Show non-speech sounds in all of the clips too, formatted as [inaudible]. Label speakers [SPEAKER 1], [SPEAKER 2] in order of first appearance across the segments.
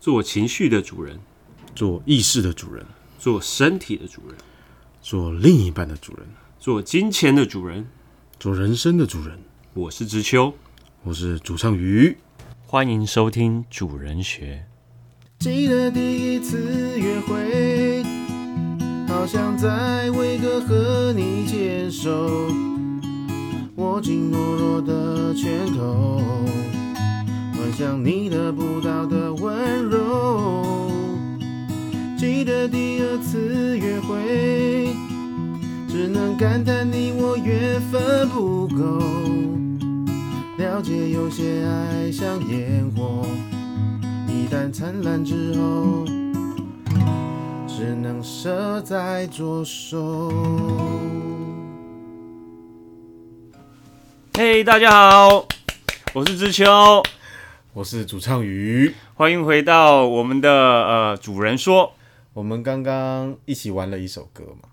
[SPEAKER 1] 做情绪的主人，
[SPEAKER 2] 做意识的主人，
[SPEAKER 1] 做身体的主人，
[SPEAKER 2] 做另一半的主人，
[SPEAKER 1] 做金钱的主人。
[SPEAKER 2] 做人生的主人。
[SPEAKER 1] 我是知秋，
[SPEAKER 2] 我是主唱鱼。
[SPEAKER 1] 欢迎收听主人学。
[SPEAKER 3] 记得第一次约会，好像在威哥和你牵手，握紧懦弱的拳头，幻想你得不到的温柔。记得第二次约会，只能感叹你我缘分不够，了解有些爱像烟火。一旦灿烂之后，只能舍在左手。
[SPEAKER 1] 嘿、大家好，我是知秋，
[SPEAKER 2] 我是主唱鱼。
[SPEAKER 1] 欢迎回到我们的呃主人说，
[SPEAKER 2] 我们刚刚一起玩了一首歌嘛，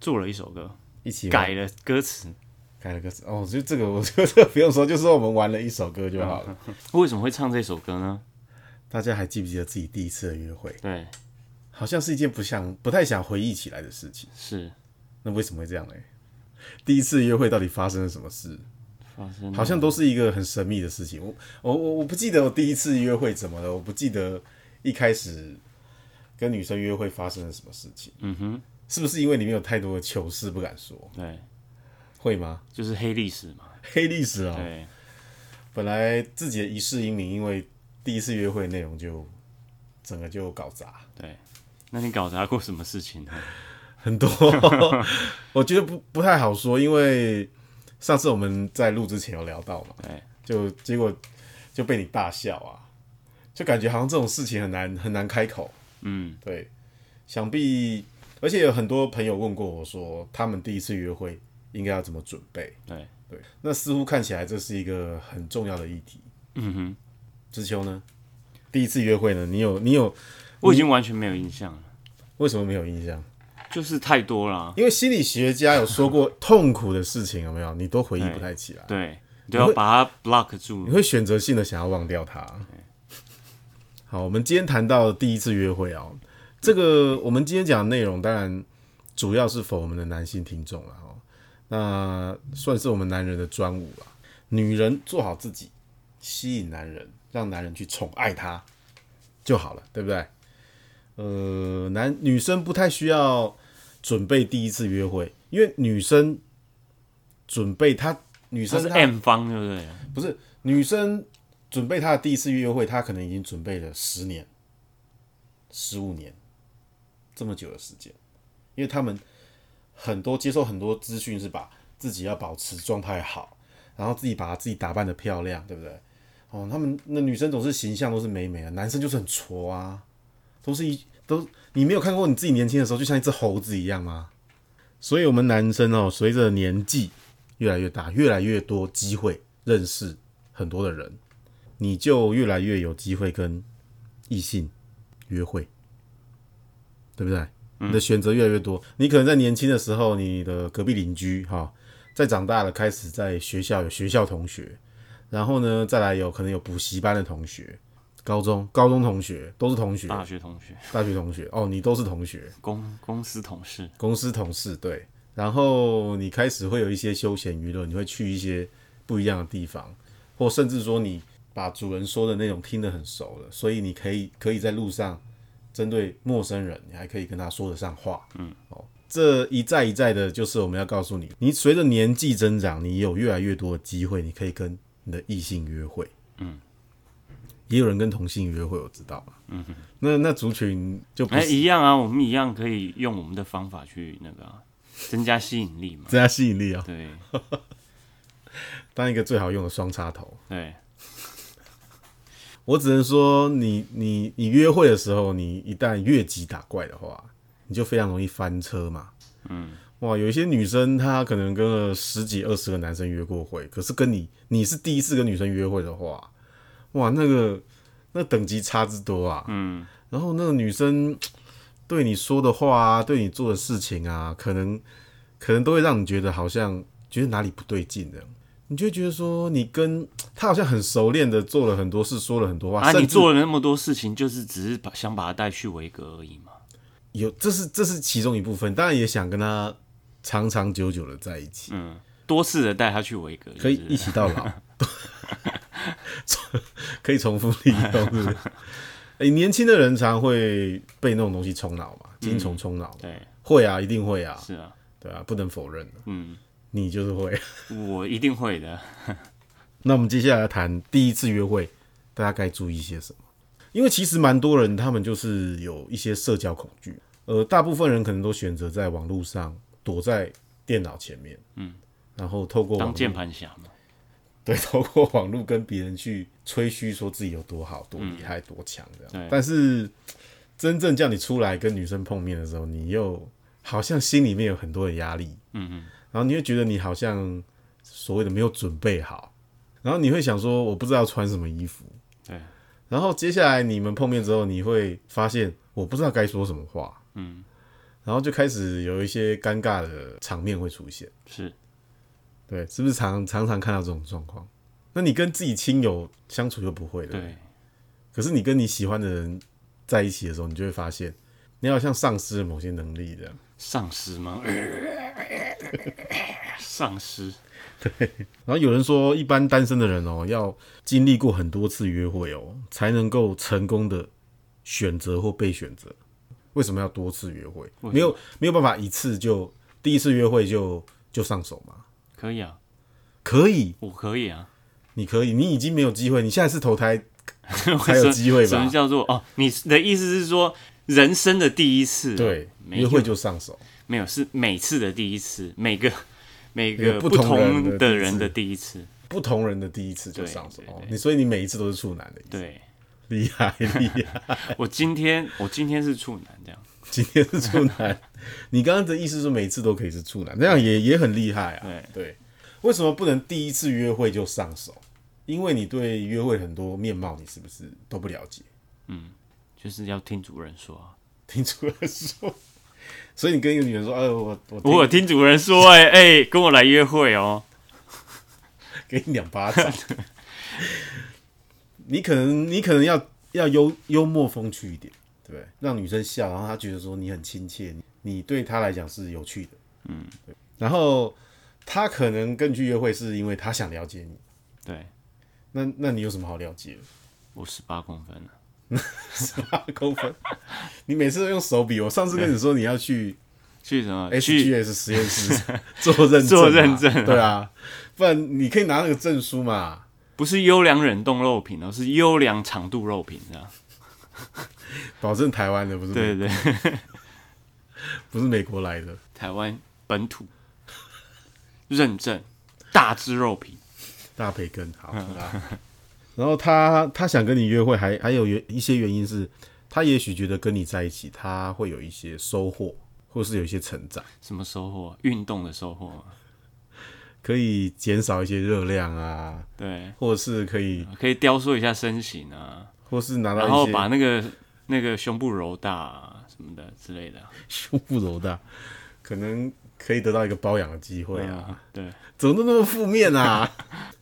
[SPEAKER 1] 做了一首歌，
[SPEAKER 2] 一起玩
[SPEAKER 1] 改了歌词。
[SPEAKER 2] 改了歌词。哦，就这个，我觉得这个不用说，就是我们玩了一首歌就好了。
[SPEAKER 1] 为什么会唱这首歌呢？
[SPEAKER 2] 大家还记不记得自己第一次的约会？
[SPEAKER 1] 对，
[SPEAKER 2] 好像是一件不想、不太想回忆起来的事情。
[SPEAKER 1] 是
[SPEAKER 2] 那为什么会这样呢？第一次约会到底发生了什么事？
[SPEAKER 1] 发生了
[SPEAKER 2] 好像都是一个很神秘的事情。我我我我不记得我第一次约会怎么了，我不记得一开始跟女生约会发生了什么事情。嗯哼，是不是因为里面有太多的糗事不敢说？
[SPEAKER 1] 对，
[SPEAKER 2] 会吗？ [laughs]
[SPEAKER 1] 就是黑历史嘛。
[SPEAKER 2] 黑历史啊、
[SPEAKER 1] 对，
[SPEAKER 2] 本来自己的一世英名，因为第一次约会内容就整个就搞砸
[SPEAKER 1] 那你搞砸过什么事情 [laughs] 呢？
[SPEAKER 2] 很多， [laughs] 我觉得不不太好说，因为上次我们在录之前有聊到嘛，
[SPEAKER 1] 对，
[SPEAKER 2] 就结果就被你大笑啊，就感觉好像这种事情很难很难开口，
[SPEAKER 1] 嗯，
[SPEAKER 2] 对，想必而且有很多朋友问过我说，他们第一次约会应该要怎么准备？
[SPEAKER 1] 对
[SPEAKER 2] 对，那似乎看起来这是一个很重要的议题。
[SPEAKER 1] 嗯哼，
[SPEAKER 2] 知秋呢，第一次约会呢，你有你有
[SPEAKER 1] 我已经完全没有印象了，
[SPEAKER 2] 为什么没有印象？
[SPEAKER 1] 就是太多了。啊
[SPEAKER 2] 因为心理学家有说过，痛苦的事情有没有你都回忆不太起来，
[SPEAKER 1] 对，你都要把它 block
[SPEAKER 2] 你
[SPEAKER 1] 住。
[SPEAKER 2] 会选择性的想要忘掉它。好，我们今天谈到第一次约会哦，这个我们今天讲的内容当然主要是否我们的男性听众了哦，那算是我们男人的专武啊。女人做好自己，吸引男人，让男人去宠爱她就好了，对不对？呃，男女生不太需要准备第一次约会，因为女生准备她女
[SPEAKER 1] 它
[SPEAKER 2] 生
[SPEAKER 1] 是
[SPEAKER 2] 她
[SPEAKER 1] M 方，对不对？
[SPEAKER 2] 不是女生准备她的第一次约会，她可能已经准备了十年、十五年这么久的时间，因为他们很多接受很多资讯是把自己要保持状态好，然后自己把自己打扮的漂亮，对不对？哦，他们那女生总是形象都是美美的，男生就是很挫啊，都是一都你没有看过你自己年轻的时候就像一只猴子一样吗？所以，我们男生哦，随着年纪越来越大，越来越多机会认识很多的人，你就越来越有机会跟异性约会，对不对？你的选择越来越多，你可能在年轻的时候，你的隔壁邻居哈、再长大了开始在学校有学校同学，然后呢，再来有可能有补习班的同学，高中高中同学都是同学，
[SPEAKER 1] 大学同学、
[SPEAKER 2] 大学同学哦，你都是同学，
[SPEAKER 1] 公公司同事，
[SPEAKER 2] 公司同事对，然后你开始会有一些休闲娱乐，你会去一些不一样的地方，或甚至说你把主人说的内容听得很熟了，所以你可以可以在路上针对陌生人，你还可以跟他说得上话。嗯，哦，这一再一再的，就是我们要告诉你，你随着年纪增长，你有越来越多的机会，你可以跟你的异性约会。嗯，也有人跟同性约会，我知道嗯那那族群就不
[SPEAKER 1] 哎，
[SPEAKER 2] 是
[SPEAKER 1] 一样啊，我们一样可以用我们的方法去那个啊、增加吸引力嘛。
[SPEAKER 2] 增加吸引力啊、
[SPEAKER 1] 对
[SPEAKER 2] 当一个最好用的双插头。
[SPEAKER 1] 对，
[SPEAKER 2] 我只能说你，你你约会的时候，你一旦越级打怪的话，你就非常容易翻车嘛。嗯，哇，有一些女生她可能跟了十几二十个男生约过会，可是跟你你是第一次跟女生约会的话，哇，那个那等级差之多啊。
[SPEAKER 1] 嗯，
[SPEAKER 2] 然后那个女生对你说的话啊，对你做的事情啊，可能可能都会让你觉得好像觉得哪里不对劲的。你就会觉得说你跟他好像很熟练的做了很多事，说了很多话，
[SPEAKER 1] 啊，
[SPEAKER 2] 甚
[SPEAKER 1] 你
[SPEAKER 2] 至
[SPEAKER 1] 做了那么多事情，就是只是把想把他带去维格而已嘛。
[SPEAKER 2] 有这是这是其中一部分，当然也想跟他长长久久的在一起，
[SPEAKER 1] 嗯，多次的带他去维格，
[SPEAKER 2] 可以
[SPEAKER 1] 就是
[SPEAKER 2] 一起到老， [laughs] 可以重复利用，是不是？
[SPEAKER 1] [laughs]
[SPEAKER 2] 哎、年轻的人常会被那种东西冲脑嘛，精虫冲脑嘛，
[SPEAKER 1] 嗯对，
[SPEAKER 2] 会啊，一定会啊，
[SPEAKER 1] 是啊，
[SPEAKER 2] 对啊，不能否认，
[SPEAKER 1] 嗯，
[SPEAKER 2] 你就是会。
[SPEAKER 1] 我一定会的。
[SPEAKER 2] 那我们接下来谈第一次约会，大家该注意些什么？因为其实蛮多人他们就是有一些社交恐惧，呃，大部分人可能都选择在网络上躲在电脑前面，嗯，然后透过网
[SPEAKER 1] 当
[SPEAKER 2] 络
[SPEAKER 1] 键盘侠嘛，
[SPEAKER 2] 对， [laughs] 透过网络跟别人去吹嘘说自己有多好、多厉害、多强这样。
[SPEAKER 1] 对
[SPEAKER 2] 但是真正叫你出来跟女生碰面的时候，你又好像心里面有很多的压力，嗯嗯，然后你会觉得你好像所谓的没有准备好，然后你会想说我不知道穿什么衣服，
[SPEAKER 1] 对，
[SPEAKER 2] 然后接下来你们碰面之后，你会发现我不知道该说什么话，嗯，然后就开始有一些尴尬的场面会出现。
[SPEAKER 1] 是
[SPEAKER 2] 对，是不是常常常看到这种状况？那你跟自己亲友相处就不会了，
[SPEAKER 1] 对，
[SPEAKER 2] 可是你跟你喜欢的人在一起的时候，你就会发现，你好像丧失了某些能力这样。
[SPEAKER 1] 丧尸吗？ [laughs] 丧尸，
[SPEAKER 2] 然后有人说，一般单身的人哦，要经历过很多次约会哦，才能够成功的选择或被选择。为什么要多次约会？没有没有办法一次就第一次约会就就上手吗？
[SPEAKER 1] 可以啊，
[SPEAKER 2] 可以，
[SPEAKER 1] 我可以啊。
[SPEAKER 2] 你可以，你已经没有机会，你下一次投胎才
[SPEAKER 1] 还
[SPEAKER 2] 有机会吧
[SPEAKER 1] 什么叫做哦？你的意思是说人生的第一次？
[SPEAKER 2] 对
[SPEAKER 1] 没
[SPEAKER 2] 约
[SPEAKER 1] 有
[SPEAKER 2] 会就上手。
[SPEAKER 1] 没有，是每次的第一次，每个每
[SPEAKER 2] 每
[SPEAKER 1] 个
[SPEAKER 2] 个不
[SPEAKER 1] 不
[SPEAKER 2] 同
[SPEAKER 1] 同
[SPEAKER 2] 人的第一次
[SPEAKER 1] 的人的第一次，
[SPEAKER 2] 不同人的第一次就上手
[SPEAKER 1] 对对
[SPEAKER 2] 哦
[SPEAKER 1] 对，
[SPEAKER 2] 你所以你每一次都是处男的，
[SPEAKER 1] 对。
[SPEAKER 2] 厉害厉
[SPEAKER 1] [laughs]
[SPEAKER 2] 害，
[SPEAKER 1] 我今天我今天是处男这样，
[SPEAKER 2] 今天是处男，你刚刚的意思是每一次都可以是处男，那样也也很厉害啊。
[SPEAKER 1] 对
[SPEAKER 2] 为什么不能第一次约会就上手？因为你对约会很多面貌，你是不是都不了解？
[SPEAKER 1] 就是要听主人说、啊。
[SPEAKER 2] 听主人说，所以你跟一个女人说：“哎，我我
[SPEAKER 1] 我有听主人说、哎、哎、跟我来约会哦。
[SPEAKER 2] 给你两巴掌。 [laughs] 你可能你可能要要幽幽默风趣一点，对不对？让女生笑，然后她觉得说你很亲切，你你对她来讲是有趣的，嗯，对。然后她可能跟你去约会是因为她想了解你，
[SPEAKER 1] 对，
[SPEAKER 2] 那那你有什么好了解 [laughs] 的？
[SPEAKER 1] 我十八公分了，
[SPEAKER 2] 十八公分，你每次都用手比。我上次跟你说你要去
[SPEAKER 1] 去什么？去
[SPEAKER 2] SGS 实验室 [laughs] 做认证
[SPEAKER 1] 做
[SPEAKER 2] 嘛，
[SPEAKER 1] 认证啊
[SPEAKER 2] 对啊，不然你可以拿那个证书嘛。
[SPEAKER 1] 不是优良冷冻肉品哦，是优良长度肉品这样。
[SPEAKER 2] 保证台湾的不是
[SPEAKER 1] 对对
[SPEAKER 2] 嗯
[SPEAKER 1] 对，
[SPEAKER 2] 不是美国来的，
[SPEAKER 1] 台湾本土认证大只肉品，
[SPEAKER 2] 大培根，好，
[SPEAKER 1] 嗯
[SPEAKER 2] 啦 [laughs] 然后他他想跟你约会，还还有原一些原因是，他也许觉得跟你在一起，他会有一些收获，或是有一些成长，
[SPEAKER 1] 什么收获？运动的收获吗？
[SPEAKER 2] 可以减少一些热量啊，
[SPEAKER 1] 对，
[SPEAKER 2] 或是可以，
[SPEAKER 1] 可以雕塑一下身形啊，
[SPEAKER 2] 或是拿到
[SPEAKER 1] 嗯然后
[SPEAKER 2] 一些
[SPEAKER 1] 把那个那个胸部揉大、啊、什么的之类的啊。
[SPEAKER 2] 胸部柔大，可能可以得到一个包养的机会啊，
[SPEAKER 1] 啊，对，
[SPEAKER 2] 怎么都那么负
[SPEAKER 1] [laughs]
[SPEAKER 2] 面啊？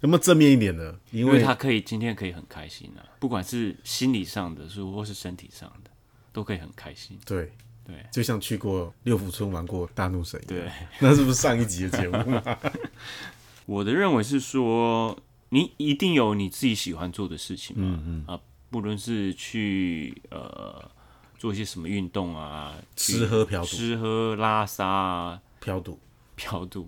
[SPEAKER 2] 有没有正面一点的？因
[SPEAKER 1] 因为
[SPEAKER 2] 为
[SPEAKER 1] 他可以今天可以很开心啊，不管是心理上的，是或是身体上的，都可以很开心。
[SPEAKER 2] 对
[SPEAKER 1] 对
[SPEAKER 2] 就像去过六福村玩过大怒神一样，
[SPEAKER 1] 对，
[SPEAKER 2] 那是不是上一集的节
[SPEAKER 1] [laughs]
[SPEAKER 2] 目嘛？
[SPEAKER 1] 我的认为是说，你一定有你自己喜欢做的事情嘛，嗯嗯啊，不论是去呃做一些什么运动啊，去
[SPEAKER 2] 吃喝嫖赌，
[SPEAKER 1] 吃喝拉撒啊，
[SPEAKER 2] 嫖赌。
[SPEAKER 1] 嫖赌，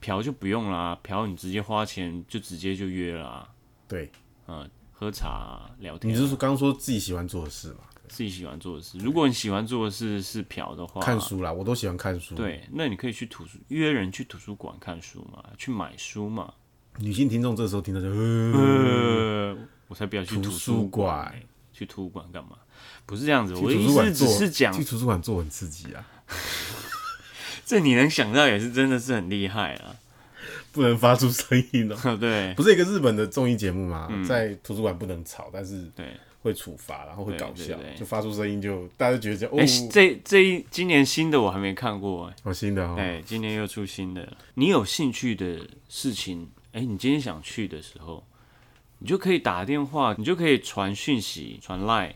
[SPEAKER 1] 嫖就不用啦，嫖你直接花钱就直接就约啦，
[SPEAKER 2] 对，
[SPEAKER 1] 嗯、喝茶啊、聊天
[SPEAKER 2] 你
[SPEAKER 1] 啊、
[SPEAKER 2] 就是刚刚说自己喜欢做的事嘛？
[SPEAKER 1] 自己喜欢做的事。如果你喜欢做的事是嫖的话，
[SPEAKER 2] 看书啦，我都喜欢看书。，
[SPEAKER 1] 啊对，那你可以去图书约人去图书馆看书嘛，去买书嘛。
[SPEAKER 2] 女性听众这时候听到就，
[SPEAKER 1] 呃，我才不要去
[SPEAKER 2] 图
[SPEAKER 1] 图
[SPEAKER 2] 书
[SPEAKER 1] 书
[SPEAKER 2] 馆
[SPEAKER 1] 馆欸，去图书馆干嘛？不是这样子，
[SPEAKER 2] 去
[SPEAKER 1] 我的
[SPEAKER 2] 图
[SPEAKER 1] 意
[SPEAKER 2] 书馆
[SPEAKER 1] 思
[SPEAKER 2] 做
[SPEAKER 1] 只是讲
[SPEAKER 2] 去，图书馆做很刺激啊，
[SPEAKER 1] 这你能想到也是真的是很厉害啊。 [laughs]
[SPEAKER 2] 不能发出声音哦。 [laughs]
[SPEAKER 1] 对
[SPEAKER 2] 不是一个日本的综艺节目吗？
[SPEAKER 1] 嗯
[SPEAKER 2] 在图书馆不能吵，但是
[SPEAKER 1] 对，
[SPEAKER 2] 会处罚，然后会搞笑
[SPEAKER 1] 对对，对
[SPEAKER 2] 就发出声音就大家就觉得这样
[SPEAKER 1] 哎、
[SPEAKER 2] 哦，
[SPEAKER 1] 这这一今年新的我还没看过、欸，
[SPEAKER 2] 好新的哦。
[SPEAKER 1] 哎，今年又出新的了。你有兴趣的事情，哎、哎、你今天想去的时候，你就可以打电话，你就可以传讯息、传 line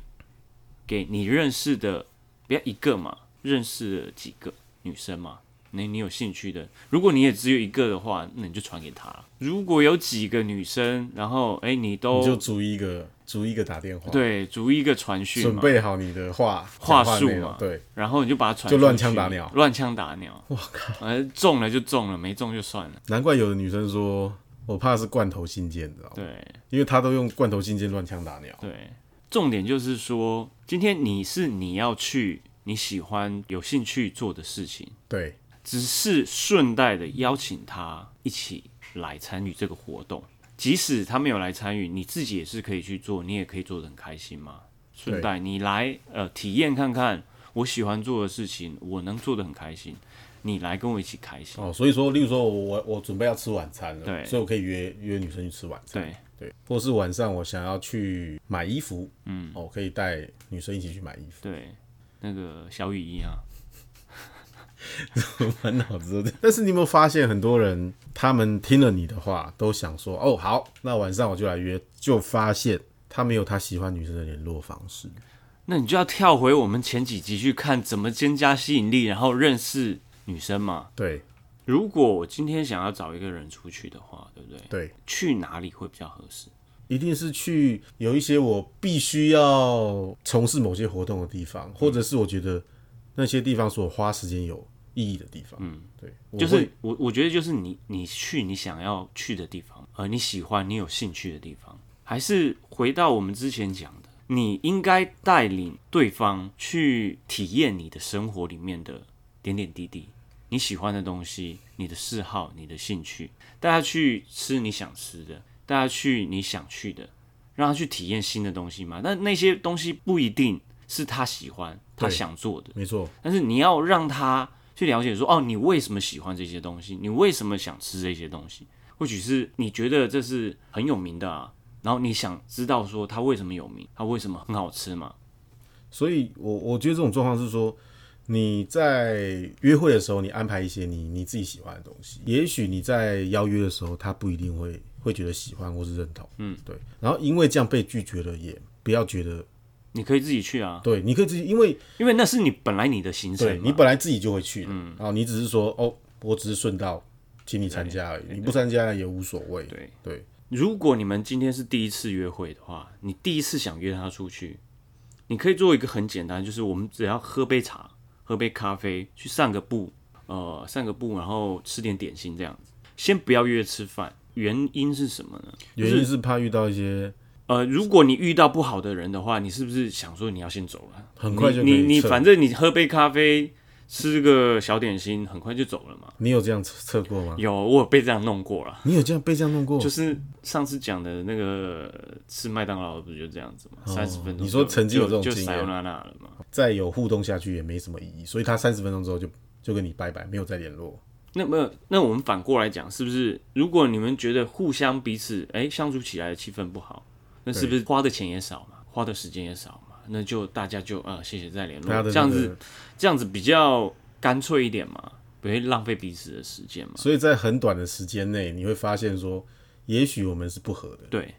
[SPEAKER 1] 给你认识的，不要一个嘛，认识的几个女生嘛。你你有兴趣的，如果你也只有一个的话，那你就传给她。如果有几个女生，然后哎、你都
[SPEAKER 2] 你就逐一个逐一个打电话，，
[SPEAKER 1] 对逐一个传讯嘛，
[SPEAKER 2] 准备好你的话
[SPEAKER 1] 话
[SPEAKER 2] 讲
[SPEAKER 1] 术
[SPEAKER 2] 内容
[SPEAKER 1] 嘛
[SPEAKER 2] 对，
[SPEAKER 1] 然后你就把它传
[SPEAKER 2] 就乱
[SPEAKER 1] 出去
[SPEAKER 2] 枪打鸟
[SPEAKER 1] 乱枪打鸟。
[SPEAKER 2] 我靠，
[SPEAKER 1] 呃，中了就中了，没中就算了。
[SPEAKER 2] 难怪有的女生说我怕是罐头信件，你知道吗？
[SPEAKER 1] 对
[SPEAKER 2] 因为她都用罐头信件乱枪打鸟。
[SPEAKER 1] 对，重点就是说，今天你是你要去你喜欢、有兴趣做的事情，
[SPEAKER 2] 对，
[SPEAKER 1] 只是顺带的邀请他一起来参与这个活动。即使他没有来参与，你自己也是可以去做，你也可以做得很开心嘛。顺带你来呃体验看看，我喜欢做的事情，我能做得很开心，你来跟我一起开心。
[SPEAKER 2] 哦，所以说，例如说我我准备要吃晚餐了，
[SPEAKER 1] 对
[SPEAKER 2] 所以我可以约约女生去吃晚餐，
[SPEAKER 1] 对
[SPEAKER 2] 对或是晚上我想要去买衣服，嗯，哦，可以带女生一起去买衣服，
[SPEAKER 1] 对，那个小雨衣啊，
[SPEAKER 2] [laughs] 满脑子都是。但是你有没有发现，很多人他们听了你的话，都想说，哦，好，那晚上我就来约，就发现他没有他喜欢女生的联络方式，
[SPEAKER 1] 那你就要跳回我们前几集去看怎么增加吸引力，然后认识女生嘛。
[SPEAKER 2] 对
[SPEAKER 1] 如果我今天想要找一个人出去的话，对不对？
[SPEAKER 2] 对，
[SPEAKER 1] 去哪里会比较合适？
[SPEAKER 2] 一定是去有一些我必须要从事某些活动的地方，或者是我觉得那些地方是我花时间有意义的地方。嗯，对，我
[SPEAKER 1] 就
[SPEAKER 2] 会
[SPEAKER 1] 是我我觉得就是你你去你想要去的地方，呃，你喜欢你有兴趣的地方，还是回到我们之前讲的，你应该带领对方去体验你的生活里面的点点滴滴，你喜欢的东西，你的嗜好，你的兴趣，带他去吃你想吃的，带他去你想去的，让他去体验新的东西嘛。但那些东西不一定是他喜欢他
[SPEAKER 2] 对
[SPEAKER 1] 想做的，
[SPEAKER 2] 没错，
[SPEAKER 1] 但是你要让他去了解说，哦，你为什么喜欢这些东西？你为什么想吃这些东西？或许是你觉得这是很有名的啊，然后你想知道说它为什么有名，它为什么很好吃嘛？
[SPEAKER 2] 所以我我觉得这种状况是说，你在约会的时候，你安排一些你你自己喜欢的东西，也许你在邀约的时候，他不一定会会觉得喜欢或是认同。嗯，对。然后因为这样被拒绝了，也不要觉得
[SPEAKER 1] 你可以自己去啊，
[SPEAKER 2] 对，你可以自己，因为
[SPEAKER 1] 因为那是你本来你嗯的行程
[SPEAKER 2] 对
[SPEAKER 1] 嘛
[SPEAKER 2] 你本来自己就会去的，然后你只是说哦，我只是顺道请你参加而已，你不参加也无所谓。
[SPEAKER 1] 对
[SPEAKER 2] 对
[SPEAKER 1] 如果你们今天是第一次约会的话，你第一次想约他出去，你可以做一个很简单，就是我们只要喝杯茶、喝杯咖啡，去散个步，呃，散个步，然后吃点点心这样子。先不要约吃饭，原因是什么呢？
[SPEAKER 2] 原因是怕遇到一些
[SPEAKER 1] 呃，如果你遇到不好的人的话，你是不是想说你要先走了？
[SPEAKER 2] 很快就可以
[SPEAKER 1] 你你你
[SPEAKER 2] 撤
[SPEAKER 1] 反正你喝杯咖啡，吃个小点心，很快就走了嘛。
[SPEAKER 2] 你有这样测测过吗？
[SPEAKER 1] 有，我有被这样弄过了。
[SPEAKER 2] 你有这样被这样弄过？
[SPEAKER 1] 就是上次讲的那个呃吃麦当劳不就这样子吗？三十、分钟就，
[SPEAKER 2] 哦你说曾经有这种
[SPEAKER 1] 就
[SPEAKER 2] 经验
[SPEAKER 1] 塞纳纳了嘛？
[SPEAKER 2] 再有互动下去也没什么意义，所以他三十分钟之后就就跟你拜拜，没有再联络。
[SPEAKER 1] 那么，那我们反过来讲，是不是如果你们觉得互相彼此哎、相处起来的气氛不好，那是不是花的钱也少嘛，花的时间也少嘛？那就大家就啊、呃谢谢再联络，
[SPEAKER 2] 他的、那个、
[SPEAKER 1] 这样子这样子比较干脆一点嘛，不会浪费彼此的时间嘛？
[SPEAKER 2] 所以在很短的时间内，你会发现说，也许我们是不合的，
[SPEAKER 1] 对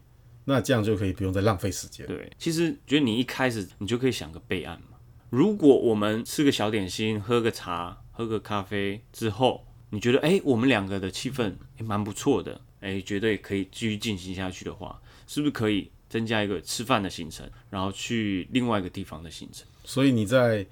[SPEAKER 2] 那这样就可以不用再浪费时间。
[SPEAKER 1] 对，其实觉得你一开始你就可以想个备案嘛。如果我们吃个小点心、喝个茶、喝个咖啡之后，你觉得哎、诶我们两个的气氛也蛮不错的，哎、觉得也可以继续进行下去的话，是不是可以增加一个吃饭的行程，然后去另外一个地方的行程？
[SPEAKER 2] 所以你在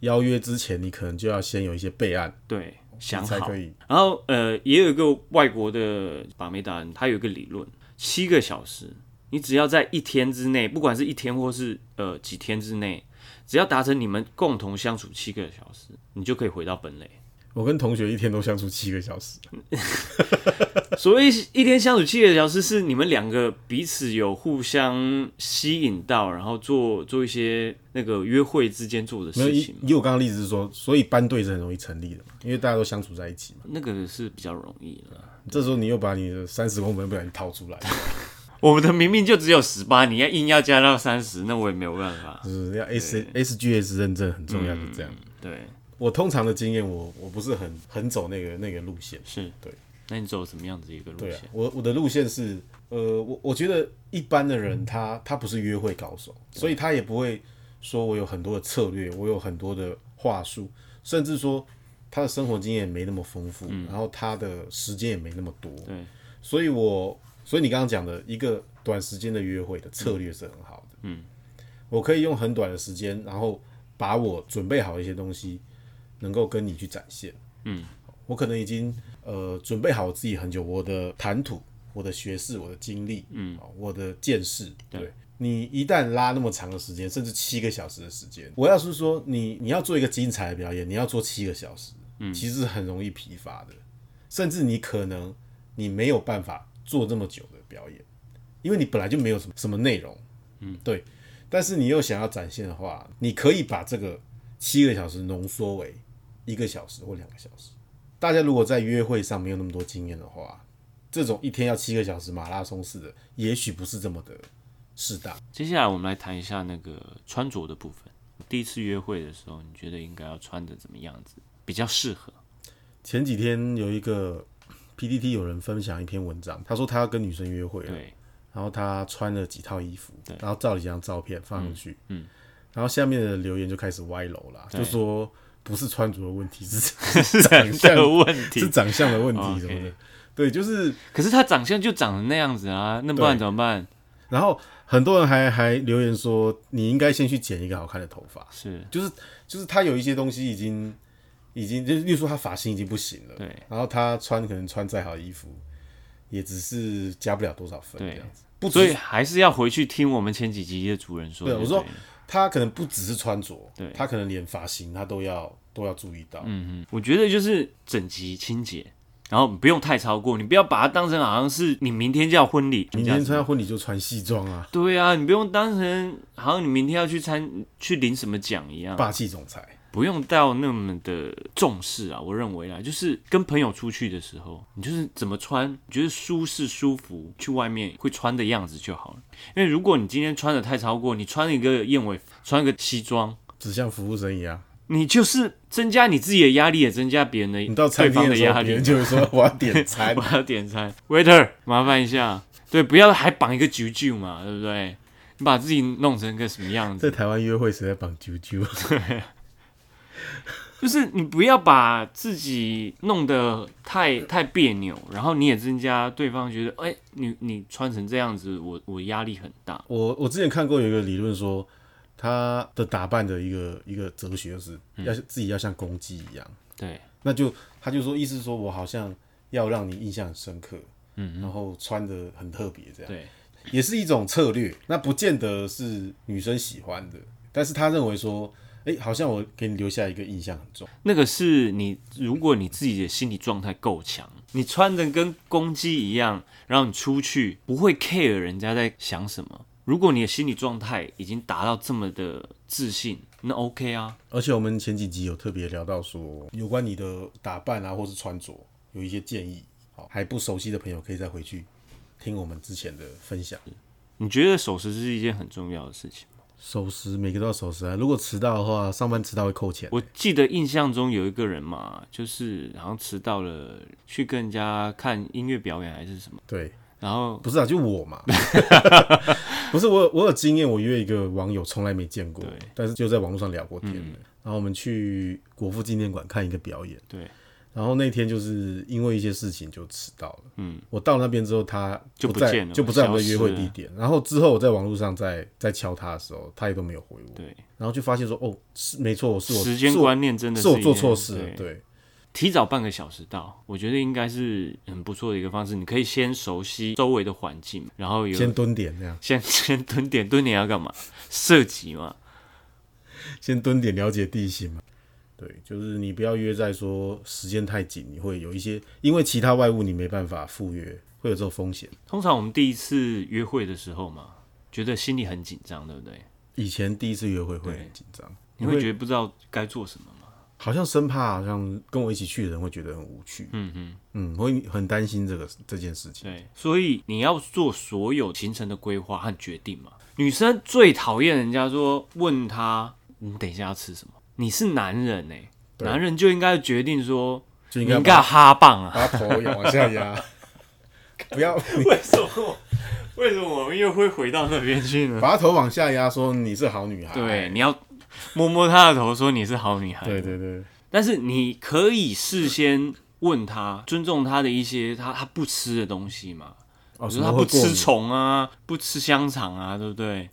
[SPEAKER 2] 邀约之前，你可能就要先有一些备案，
[SPEAKER 1] 对，想
[SPEAKER 2] 你才
[SPEAKER 1] 好
[SPEAKER 2] 可以。
[SPEAKER 1] 然后呃，也有一个外国的把妹达人，他有一个理论，七个小时，你只要在一天之内，不管是一天或是呃几天之内，只要达成你们共同相处七个小时，你就可以回到本垒。
[SPEAKER 2] 我跟同学一天都相处七个小时，
[SPEAKER 1] 所谓一天相处七个小时，是你们两个彼此有互相吸引到，然后做做一些那个约会之间做的
[SPEAKER 2] 没有
[SPEAKER 1] 事情
[SPEAKER 2] 以
[SPEAKER 1] 嘛。
[SPEAKER 2] 以我刚刚例子是说，所以班队是很容易成立的嘛，因为大家都相处在一起嘛。
[SPEAKER 1] 那个是比较容易了。
[SPEAKER 2] 这时候你又把你的三十公分不小心掏出来，
[SPEAKER 1] 我们的明明就只有十八，你要硬要加到三十，那我也没有办法
[SPEAKER 2] 就。是要 S S G S 认证很重要，就
[SPEAKER 1] 嗯
[SPEAKER 2] 这样。
[SPEAKER 1] 对，
[SPEAKER 2] 我通常的经验，我我不是很很走那个那个路线，
[SPEAKER 1] 是
[SPEAKER 2] 对。
[SPEAKER 1] 那你走什么样子的一个路
[SPEAKER 2] 对啊
[SPEAKER 1] 线？，
[SPEAKER 2] 我我的路线是，呃，我我觉得一般的人他他不是约会高手，所以他也不会说我有很多的策略，我有很多的话术，甚至说他的生活经验没那么丰富，然后他的时间也没那么多，
[SPEAKER 1] 嗯对，
[SPEAKER 2] 所以我所以你刚刚讲的一个短时间的约会的策略是很好的，嗯，我可以用很短的时间，然后把我准备好的一些东西，能够跟你去展现，嗯，我可能已经呃准备好我自己很久，我的谈吐、我的学识、我的经历，嗯，我的见识，对。你一旦拉那么长的时间，甚至七个小时的时间，我要是说你你要做一个精彩的表演，你要做七个小时，嗯，其实很容易疲乏的，甚至你可能你没有办法做这么久的表演，因为你本来就没有什么什么内容，嗯，对。但是你又想要展现的话，你可以把这个七个小时浓缩为一个小时或两个小时。大家如果在约会上没有那么多经验的话，这种一天要七个小时马拉松式的，也许不是这么的适当。
[SPEAKER 1] 接下来我们来谈一下那个穿着的部分。第一次约会的时候，你觉得应该要穿的怎么样子比较适
[SPEAKER 2] [laughs]
[SPEAKER 1] 合？
[SPEAKER 2] 前几天有一个 PDT 有人分享一篇文章，他说他要跟女生约会了，
[SPEAKER 1] 对，
[SPEAKER 2] 然后他穿了几套衣服
[SPEAKER 1] 对，
[SPEAKER 2] 然后照了几张照片放上去，
[SPEAKER 1] 嗯
[SPEAKER 2] 然后下面的留言就开始歪楼啦，
[SPEAKER 1] 对
[SPEAKER 2] 就说不是穿着的问题，
[SPEAKER 1] [laughs]
[SPEAKER 2] 是
[SPEAKER 1] 是长相的问
[SPEAKER 2] 是
[SPEAKER 1] 题。
[SPEAKER 2] 长相的问题
[SPEAKER 1] 哦 OK
[SPEAKER 2] 什么的。对，就是，
[SPEAKER 1] 可是他长相就长成那样子啊，那不然
[SPEAKER 2] 对
[SPEAKER 1] 怎么办？
[SPEAKER 2] 然后很多人还还留言说，你应该先去剪一个好看的头发，
[SPEAKER 1] 是，
[SPEAKER 2] 就是就是他有一些东西已经已经，就是例如说他发型已经不行了，
[SPEAKER 1] 对，
[SPEAKER 2] 然后他穿可能穿再好的衣服，也只是加不了多少分
[SPEAKER 1] 对
[SPEAKER 2] 这样子，不
[SPEAKER 1] 所
[SPEAKER 2] 只
[SPEAKER 1] 以
[SPEAKER 2] 是
[SPEAKER 1] 还是要回去听我们前几集的主人说
[SPEAKER 2] 对
[SPEAKER 1] 的。
[SPEAKER 2] 我说他可能不只是穿着
[SPEAKER 1] 对，
[SPEAKER 2] 他可能连发型他都要都要注意到，
[SPEAKER 1] 嗯，我觉得就是整集清洁，然后不用太超过，你不要把它当成好像是你明天就要婚礼，
[SPEAKER 2] 明天参加婚礼就穿西装啊，
[SPEAKER 1] 对啊，你不用当成好像你明天要去参去领什么奖一样，
[SPEAKER 2] [laughs] 霸气总裁。
[SPEAKER 1] 不用到那么的重视啊。我认为啦，就是跟朋友出去的时候，你就是怎么穿，你觉得舒适舒服，去外面会穿的样子就好了。因为如果你今天穿的太超过，你穿一个燕尾服，穿一个西装。
[SPEAKER 2] 只像服务生一
[SPEAKER 1] [laughs]
[SPEAKER 2] 样，
[SPEAKER 1] 你就是增加你自己的压力，也增加别人的
[SPEAKER 2] 你到
[SPEAKER 1] 对
[SPEAKER 2] 餐
[SPEAKER 1] 方的
[SPEAKER 2] 厅的时
[SPEAKER 1] 压
[SPEAKER 2] 候，别
[SPEAKER 1] 力
[SPEAKER 2] 人。就会说我要点餐
[SPEAKER 1] 我。要点餐，waiter，麻烦一下。对，不要还绑一个啾啾嘛，对不对？你把自己弄成个什么样
[SPEAKER 2] [laughs] 在
[SPEAKER 1] 子？
[SPEAKER 2] 台湾约会谁在绑啾啾？
[SPEAKER 1] 就是你不要把自己弄得太太别扭，然后你也增加对方觉得，哎、你你穿成这样子，我我压力很大。
[SPEAKER 2] 我我之前看过有一个理论说，他的打扮的一个一个哲学是
[SPEAKER 1] 嗯
[SPEAKER 2] 要自己要像公鸡一样，
[SPEAKER 1] 对，
[SPEAKER 2] 那就他就说意思是说我好像要让你印象很深刻，
[SPEAKER 1] 嗯，
[SPEAKER 2] 然后穿的很特别这样。
[SPEAKER 1] 对，
[SPEAKER 2] 也是一种策略，那不见得是女生喜欢的，但是他认为说，哎、好像我给你留下一个印象很重，
[SPEAKER 1] 那个是你，如果你自己的心理状态够强，你穿的跟公鸡一样，然后你出去不会 care 人家在想什么。如果你的心理状态已经达到这么的自信，那 OK 啊，
[SPEAKER 2] 而且我们前几集有特别聊到说，有关你的打扮啊，或是穿着有一些建议，好，还不熟悉的朋友可以再回去听我们之前的分享。
[SPEAKER 1] 你觉得守时是一件很重要的事情吗？
[SPEAKER 2] 守时，每个都要守时啊，如果迟到的话，上班迟到会扣钱。
[SPEAKER 1] 我记得印象中有一个人嘛，就是好像迟到了，去跟人家看音乐表演还是什么，
[SPEAKER 2] 对，
[SPEAKER 1] 然后
[SPEAKER 2] 不是啊，就我嘛，不是我有，我有经验，我约一个网友从来没见过
[SPEAKER 1] 对，
[SPEAKER 2] 但是就在网络上聊过天的。然后我们去国父纪念馆看一个表演，
[SPEAKER 1] 对，
[SPEAKER 2] 然后那天就是因为一些事情就迟到了。
[SPEAKER 1] 嗯，
[SPEAKER 2] 我到那边之后，他
[SPEAKER 1] 就不
[SPEAKER 2] 在
[SPEAKER 1] 见了
[SPEAKER 2] 就不在我们的
[SPEAKER 1] 消
[SPEAKER 2] 约
[SPEAKER 1] 失
[SPEAKER 2] 会
[SPEAKER 1] 了
[SPEAKER 2] 地点。然后之后我在网络上再再敲他的时候，他也都没有回我。
[SPEAKER 1] 对，
[SPEAKER 2] 然后就发现说，哦，是没错，我是我
[SPEAKER 1] 时间
[SPEAKER 2] 是我
[SPEAKER 1] 观念真的
[SPEAKER 2] 是我
[SPEAKER 1] 一
[SPEAKER 2] 做
[SPEAKER 1] 件
[SPEAKER 2] 错事了。
[SPEAKER 1] 对
[SPEAKER 2] 对，
[SPEAKER 1] 提早半个小时到，我觉得应该是很不错的一个方式。你可以先熟悉周围的环境，然后有
[SPEAKER 2] 先蹲点这样，
[SPEAKER 1] 先 [laughs] 先蹲点，蹲点要干嘛？射击嘛。
[SPEAKER 2] 先蹲点了解地形嘛。对，就是你不要约在说时间太紧，你会有一些因为其他外物你没办法赴约，会有这种风险。
[SPEAKER 1] 通常我们第一次约会的时候嘛，觉得心里很紧张，对不对？
[SPEAKER 2] 以前第一次约会会
[SPEAKER 1] 对
[SPEAKER 2] 很紧张，
[SPEAKER 1] 你会觉得不知道该做什么吗？
[SPEAKER 2] 好像生怕好像跟我一起去的人会觉得很无趣，
[SPEAKER 1] 嗯哼，
[SPEAKER 2] 嗯，会很担心这个这件事情。
[SPEAKER 1] 对。所以你要做所有行程的规划和决定嘛。女生最讨厌人家说问她你等一下要吃什么，你是男人哎、
[SPEAKER 2] 对
[SPEAKER 1] 男人就应该决定说
[SPEAKER 2] 就应
[SPEAKER 1] 你
[SPEAKER 2] 该
[SPEAKER 1] 应该有
[SPEAKER 2] 把
[SPEAKER 1] 哈棒啊！
[SPEAKER 2] 把头也往下压， [laughs] 不要
[SPEAKER 1] [laughs] 为什么？为什么我们又会回到那边去呢？
[SPEAKER 2] 把头往下压，说你是好女
[SPEAKER 1] [laughs]
[SPEAKER 2] 孩。
[SPEAKER 1] 对，你要摸摸她的头，说你是好女孩。
[SPEAKER 2] 对对对，
[SPEAKER 1] 但是你可以事先问他，尊重他的一些他他不吃的东西嘛，
[SPEAKER 2] 哦，
[SPEAKER 1] 比
[SPEAKER 2] 什
[SPEAKER 1] 如
[SPEAKER 2] 么
[SPEAKER 1] 他
[SPEAKER 2] 会
[SPEAKER 1] 不
[SPEAKER 2] 过
[SPEAKER 1] 吃
[SPEAKER 2] 敏。
[SPEAKER 1] 虫啊，不吃香肠啊，对不对？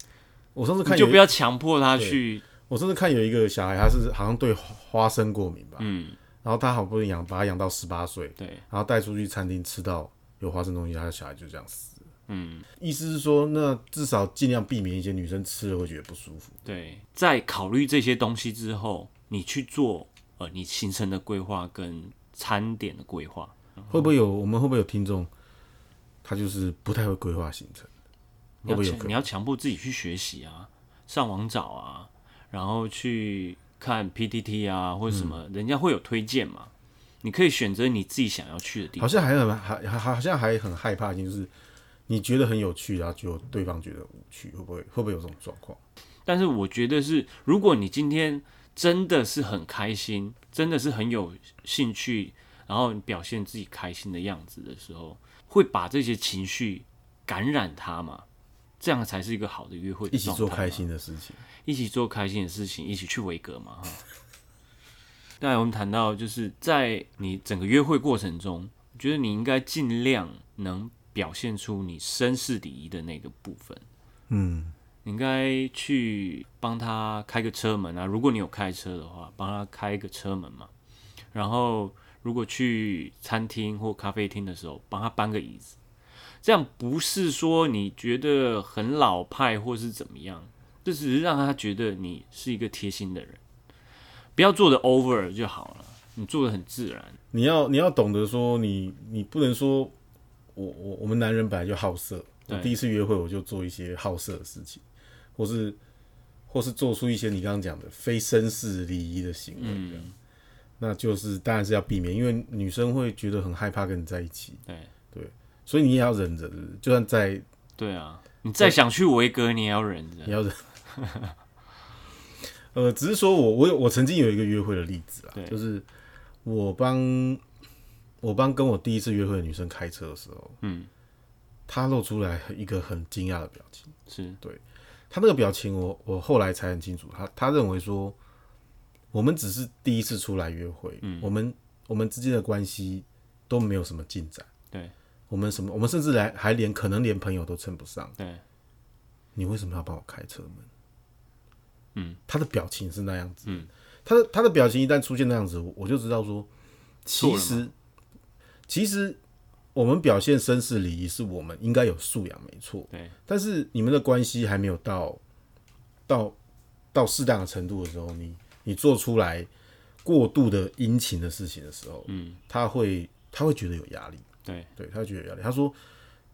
[SPEAKER 2] 我上次
[SPEAKER 1] 你
[SPEAKER 2] 看
[SPEAKER 1] 就
[SPEAKER 2] 有
[SPEAKER 1] 不要强迫他去，
[SPEAKER 2] 我上次看有一个小孩，他是好像对花生过敏吧，
[SPEAKER 1] 嗯，
[SPEAKER 2] 然后他好不容易养把他养到十八岁，
[SPEAKER 1] 对，
[SPEAKER 2] 然后带出去餐厅吃到有花生东西，他的小孩就这样死。
[SPEAKER 1] 嗯，
[SPEAKER 2] 意思是说，那至少尽量避免一些女生吃了会觉得不舒服。
[SPEAKER 1] 对。在考虑这些东西之后，你去做呃你行程的规划跟餐点的规划，
[SPEAKER 2] 会不会有我们会不会有听众，他就是不太会规划行程？
[SPEAKER 1] 你要
[SPEAKER 2] 会不会有可
[SPEAKER 1] 强
[SPEAKER 2] 能
[SPEAKER 1] 你要强迫自己去学习啊，上网找啊，然后去看 PTT 啊或者什
[SPEAKER 2] 嗯
[SPEAKER 1] 么，人家会有推荐嘛。你可以选择你自己想要去的地
[SPEAKER 2] 好
[SPEAKER 1] 方，
[SPEAKER 2] 像还很还还好像还很害怕，就是你觉得很有趣，然后就对方觉得无趣，会不会会不会有这种状况？
[SPEAKER 1] 但是我觉得是，如果你今天真的是很开心，真的是很有兴趣，然后你表现自己开心的样子的时候，会把这些情绪感染他嘛，这样才是一个好的约会
[SPEAKER 2] 一
[SPEAKER 1] 的
[SPEAKER 2] 起
[SPEAKER 1] 状态
[SPEAKER 2] 做
[SPEAKER 1] 嘛
[SPEAKER 2] 开心的事情，
[SPEAKER 1] 一起做开心的事情，一起去维格嘛哈。 [laughs] 刚才我们谈到，就是在你整个约会过程中，我觉得你应该尽量能表现出你绅士礼仪的那个部分。
[SPEAKER 2] 嗯，
[SPEAKER 1] 你应该去帮他开个车门啊，如果你有开车的话，帮他开个车门嘛。然后，如果去餐厅或咖啡厅的时候，帮他搬个椅子。这样不是说你觉得很老派或是怎么样，这只是让他觉得你是一个贴心的人，不要做的 over 就好了。你做的很自然，
[SPEAKER 2] 你要你要懂得说你，你不能说我我我们男人本来就好色，我
[SPEAKER 1] 对
[SPEAKER 2] 第一次约会我就做一些好色的事情，或是或是做出一些你刚刚讲的非绅士礼仪的行为，这样那就是当然是要避免，因为女生会觉得很害怕跟你在一起，
[SPEAKER 1] 对
[SPEAKER 2] 所以你也要忍着，是不是就算在
[SPEAKER 1] 对啊。你再想去维格，你也要忍
[SPEAKER 2] 你
[SPEAKER 1] 着。
[SPEAKER 2] 要忍。呃，只是说我我有我曾经有一个约会的例子啊
[SPEAKER 1] 对，
[SPEAKER 2] 就是我帮我帮跟我第一次约会的女生开车的时候，
[SPEAKER 1] 嗯，
[SPEAKER 2] 她露出来一个很惊讶的表情。
[SPEAKER 1] 是，
[SPEAKER 2] 她那个表情我，我后来才很清楚，她她认为说我们只是第一次出来约会，
[SPEAKER 1] 嗯
[SPEAKER 2] 我们我们之间的关系都没有什么进展，
[SPEAKER 1] 对
[SPEAKER 2] 我们什么我们甚至来还连可能连朋友都称不上。
[SPEAKER 1] 对，
[SPEAKER 2] 你为什么要帮我开车门？
[SPEAKER 1] 嗯，
[SPEAKER 2] 他的表情是那样子，
[SPEAKER 1] 嗯，
[SPEAKER 2] 他的他的表情一旦出现那样子，我我就知道说，
[SPEAKER 1] 错
[SPEAKER 2] 其
[SPEAKER 1] 了
[SPEAKER 2] 实其实我们表现绅士礼仪是我们应该有素养，没错，
[SPEAKER 1] 对
[SPEAKER 2] 但是你们的关系还没有到到到适当的程度的时候，你你做出来过度的殷勤的事情的时候，
[SPEAKER 1] 嗯，
[SPEAKER 2] 他会他会觉得有压力，
[SPEAKER 1] 对
[SPEAKER 2] 对他会觉得有压力。他说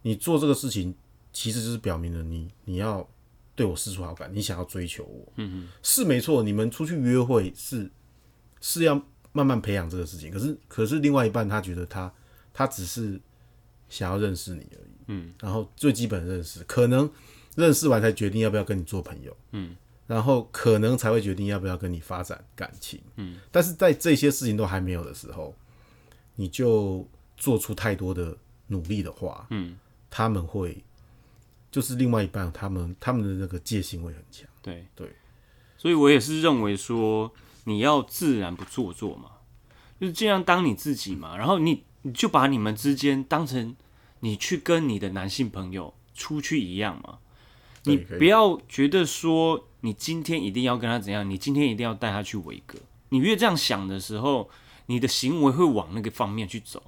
[SPEAKER 2] 你做这个事情，其实就是表明了你你要对我示出好感，你想要追求我，嗯是没错。你们出去约会是是要慢慢培养这个事情，可是可是另外一半他觉得他他只是想要认识你而已。然后最基本的认识，可能认识完才决定要不要跟你做朋友，嗯，然后可能才会决定要不要跟你发展感情，嗯，但是在这些事情都还没有的时候，你就做出太多的努力的话，
[SPEAKER 1] 嗯，
[SPEAKER 2] 他们会就是另外一半，他们他们的那个戒心会很强，
[SPEAKER 1] 对
[SPEAKER 2] 对，
[SPEAKER 1] 所以我也是认为说，你要自然不做作嘛，就是尽量当你自己嘛，然后你你就把你们之间当成你去跟你的男性朋友出去一样嘛，
[SPEAKER 2] 对
[SPEAKER 1] 你
[SPEAKER 2] 可以
[SPEAKER 1] 不要觉得说你今天一定要跟他怎样，你今天一定要带他去维格，你越这样想的时候，你的行为会往那个方面去走，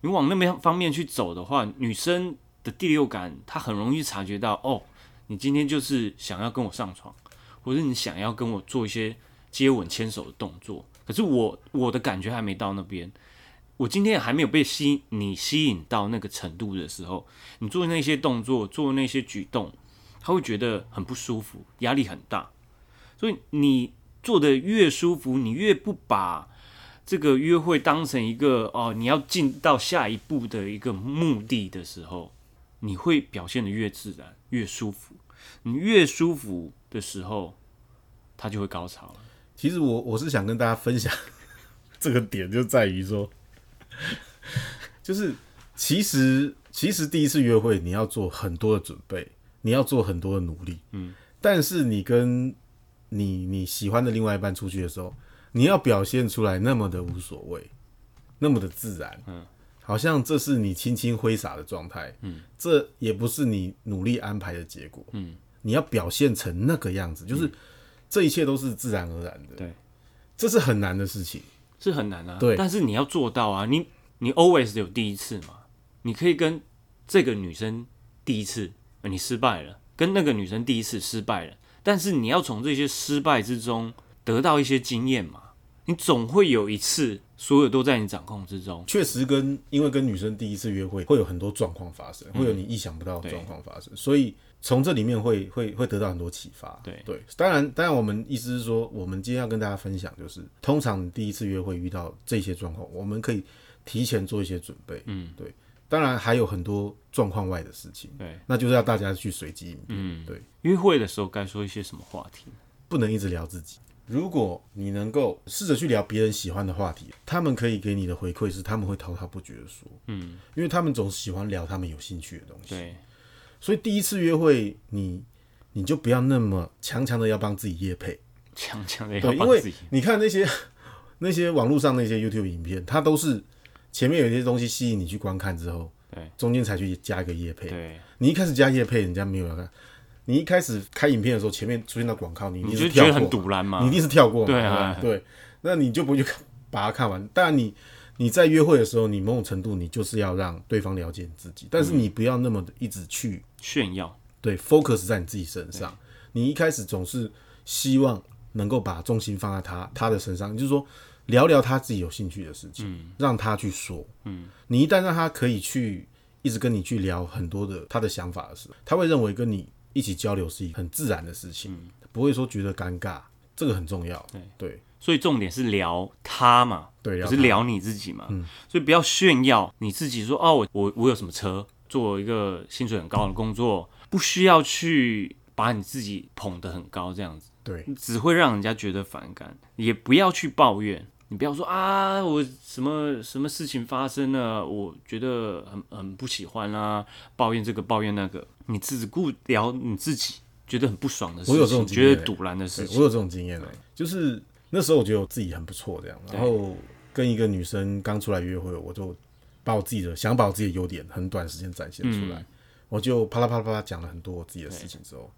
[SPEAKER 1] 你往那边方面去走的话，女生的第六感她很容易察觉到哦。你今天就是想要跟我上床，或者你想要跟我做一些接吻、牵手的动作，可是我我的感觉还没到那边，我今天还没有被吸你吸引到那个程度的时候，你做那些动作、做那些举动，他会觉得很不舒服，压力很大。所以你做的越舒服，你越不把这个约会当成一个哦，你要进到下一步的一个目的的时候，你会表现的越自然、越舒服。你越舒服的时候，他就会高潮了。
[SPEAKER 2] [laughs] 其实我我是想跟大家分享这个点，就在于说，就是其实其实第一次约会你要做很多的准备，你要做很多的努力，嗯，但是你跟你你喜欢的另外一半出去的时候，你要表现出来那么的无所谓，那么的自然，嗯，好像这是你轻轻挥洒的状态，嗯，这也不是你努力安排的结果，嗯，你要表现成那个样子，就是。这一切都是自然而然的，
[SPEAKER 1] 对，
[SPEAKER 2] 这是很难的事情。
[SPEAKER 1] 是很难啊。
[SPEAKER 2] 对
[SPEAKER 1] 但是你要做到啊，你你 always 有第一次嘛，你可以跟这个女生第一次、呃你失败了，跟那个女生第一次失败了，但是你要从这些失败之中得到一些经验嘛，你总会有一次所有都在你掌控之中。
[SPEAKER 2] 确实跟，因为跟女生第一次约会，会有很多状况发生，
[SPEAKER 1] 嗯
[SPEAKER 2] 会有你意想不到的状况发生，所以从这里面会会会得到很多启发。
[SPEAKER 1] 对
[SPEAKER 2] 对，当然，当然，我们意思是说，我们今天要跟大家分享，就是通常你第一次约会遇到这些状况，我们可以提前做一些准备。嗯，对，当然还有很多状况外的事情，
[SPEAKER 1] 对，
[SPEAKER 2] 那就是要大家去随机应变。嗯，对。
[SPEAKER 1] 约会的时候该说一些什么话题？
[SPEAKER 2] 不能一直聊自己。如果你能够试着去聊别人喜欢的话题，他们可以给你的回馈是他们会滔滔不绝的说，嗯，因为他们总是喜欢聊他们有兴趣的东西。
[SPEAKER 1] 对，
[SPEAKER 2] 所以第一次约会，你你就不要那么强强的要帮自己夜配，
[SPEAKER 1] 强强的要
[SPEAKER 2] 对，因
[SPEAKER 1] 帮
[SPEAKER 2] 为
[SPEAKER 1] 自己。
[SPEAKER 2] 你看那些 [laughs] 那些网络上那些 YouTube 影片，它都是前面有一些东西吸引你去观看之后，
[SPEAKER 1] 对，
[SPEAKER 2] 中间才去加一个夜配，
[SPEAKER 1] 对，
[SPEAKER 2] 你一开始加夜配，人家没有要看。你一开始开影片的时候，前面出现到广告，你一
[SPEAKER 1] 你
[SPEAKER 2] 定
[SPEAKER 1] 就是觉得
[SPEAKER 2] 跳过
[SPEAKER 1] 很
[SPEAKER 2] 嘛
[SPEAKER 1] 堵然嘛？
[SPEAKER 2] 你一定是跳过嘛，
[SPEAKER 1] 对啊
[SPEAKER 2] 对不对，对那你就不会去看把它看完。当然你，你在约会的时候，你某种程度你就是要让对方了解你自己，但
[SPEAKER 1] 嗯
[SPEAKER 2] 是你不要那么的一直去
[SPEAKER 1] 炫耀，
[SPEAKER 2] 对 focus 在你自己身上。你一开始总是希望能够把重心放在他他的身上，就是说聊聊他自己有兴趣的事情，让他去说。嗯，你一旦让他可以去一直跟你去聊很多的他的想法的时候，他会认为跟你一起交流是一个很自然的事情，
[SPEAKER 1] 嗯
[SPEAKER 2] 不会说觉得尴尬，这个很重要。对
[SPEAKER 1] 所以重点是聊他嘛，
[SPEAKER 2] 对聊
[SPEAKER 1] 不是
[SPEAKER 2] 他
[SPEAKER 1] 聊你自己嘛，
[SPEAKER 2] 嗯
[SPEAKER 1] 所以不要炫耀你自己说哦，我我我有什么车，做一个薪水很高的工作，不需要去把你自己捧得很高，这样子
[SPEAKER 2] 对，
[SPEAKER 1] 只会让人家觉得反感，也不要去抱怨。你不要说啊，我什么什么事情发生了，我觉得很很不喜欢啦、抱怨这个抱怨那个，你只顾聊你自己觉得很不爽的事情，
[SPEAKER 2] 我有这种经
[SPEAKER 1] 觉得
[SPEAKER 2] 验
[SPEAKER 1] 堵拦的
[SPEAKER 2] 对
[SPEAKER 1] 事情，
[SPEAKER 2] 我有这种经验的，就是那时候我觉得我自己很不错，这样，然后跟一个女生刚出来约会，我就把我自己的想把我自己的优点很短时间展现出来，
[SPEAKER 1] 嗯
[SPEAKER 2] 我就啪啦啪啦啪啦讲了很多我自己的事情之后，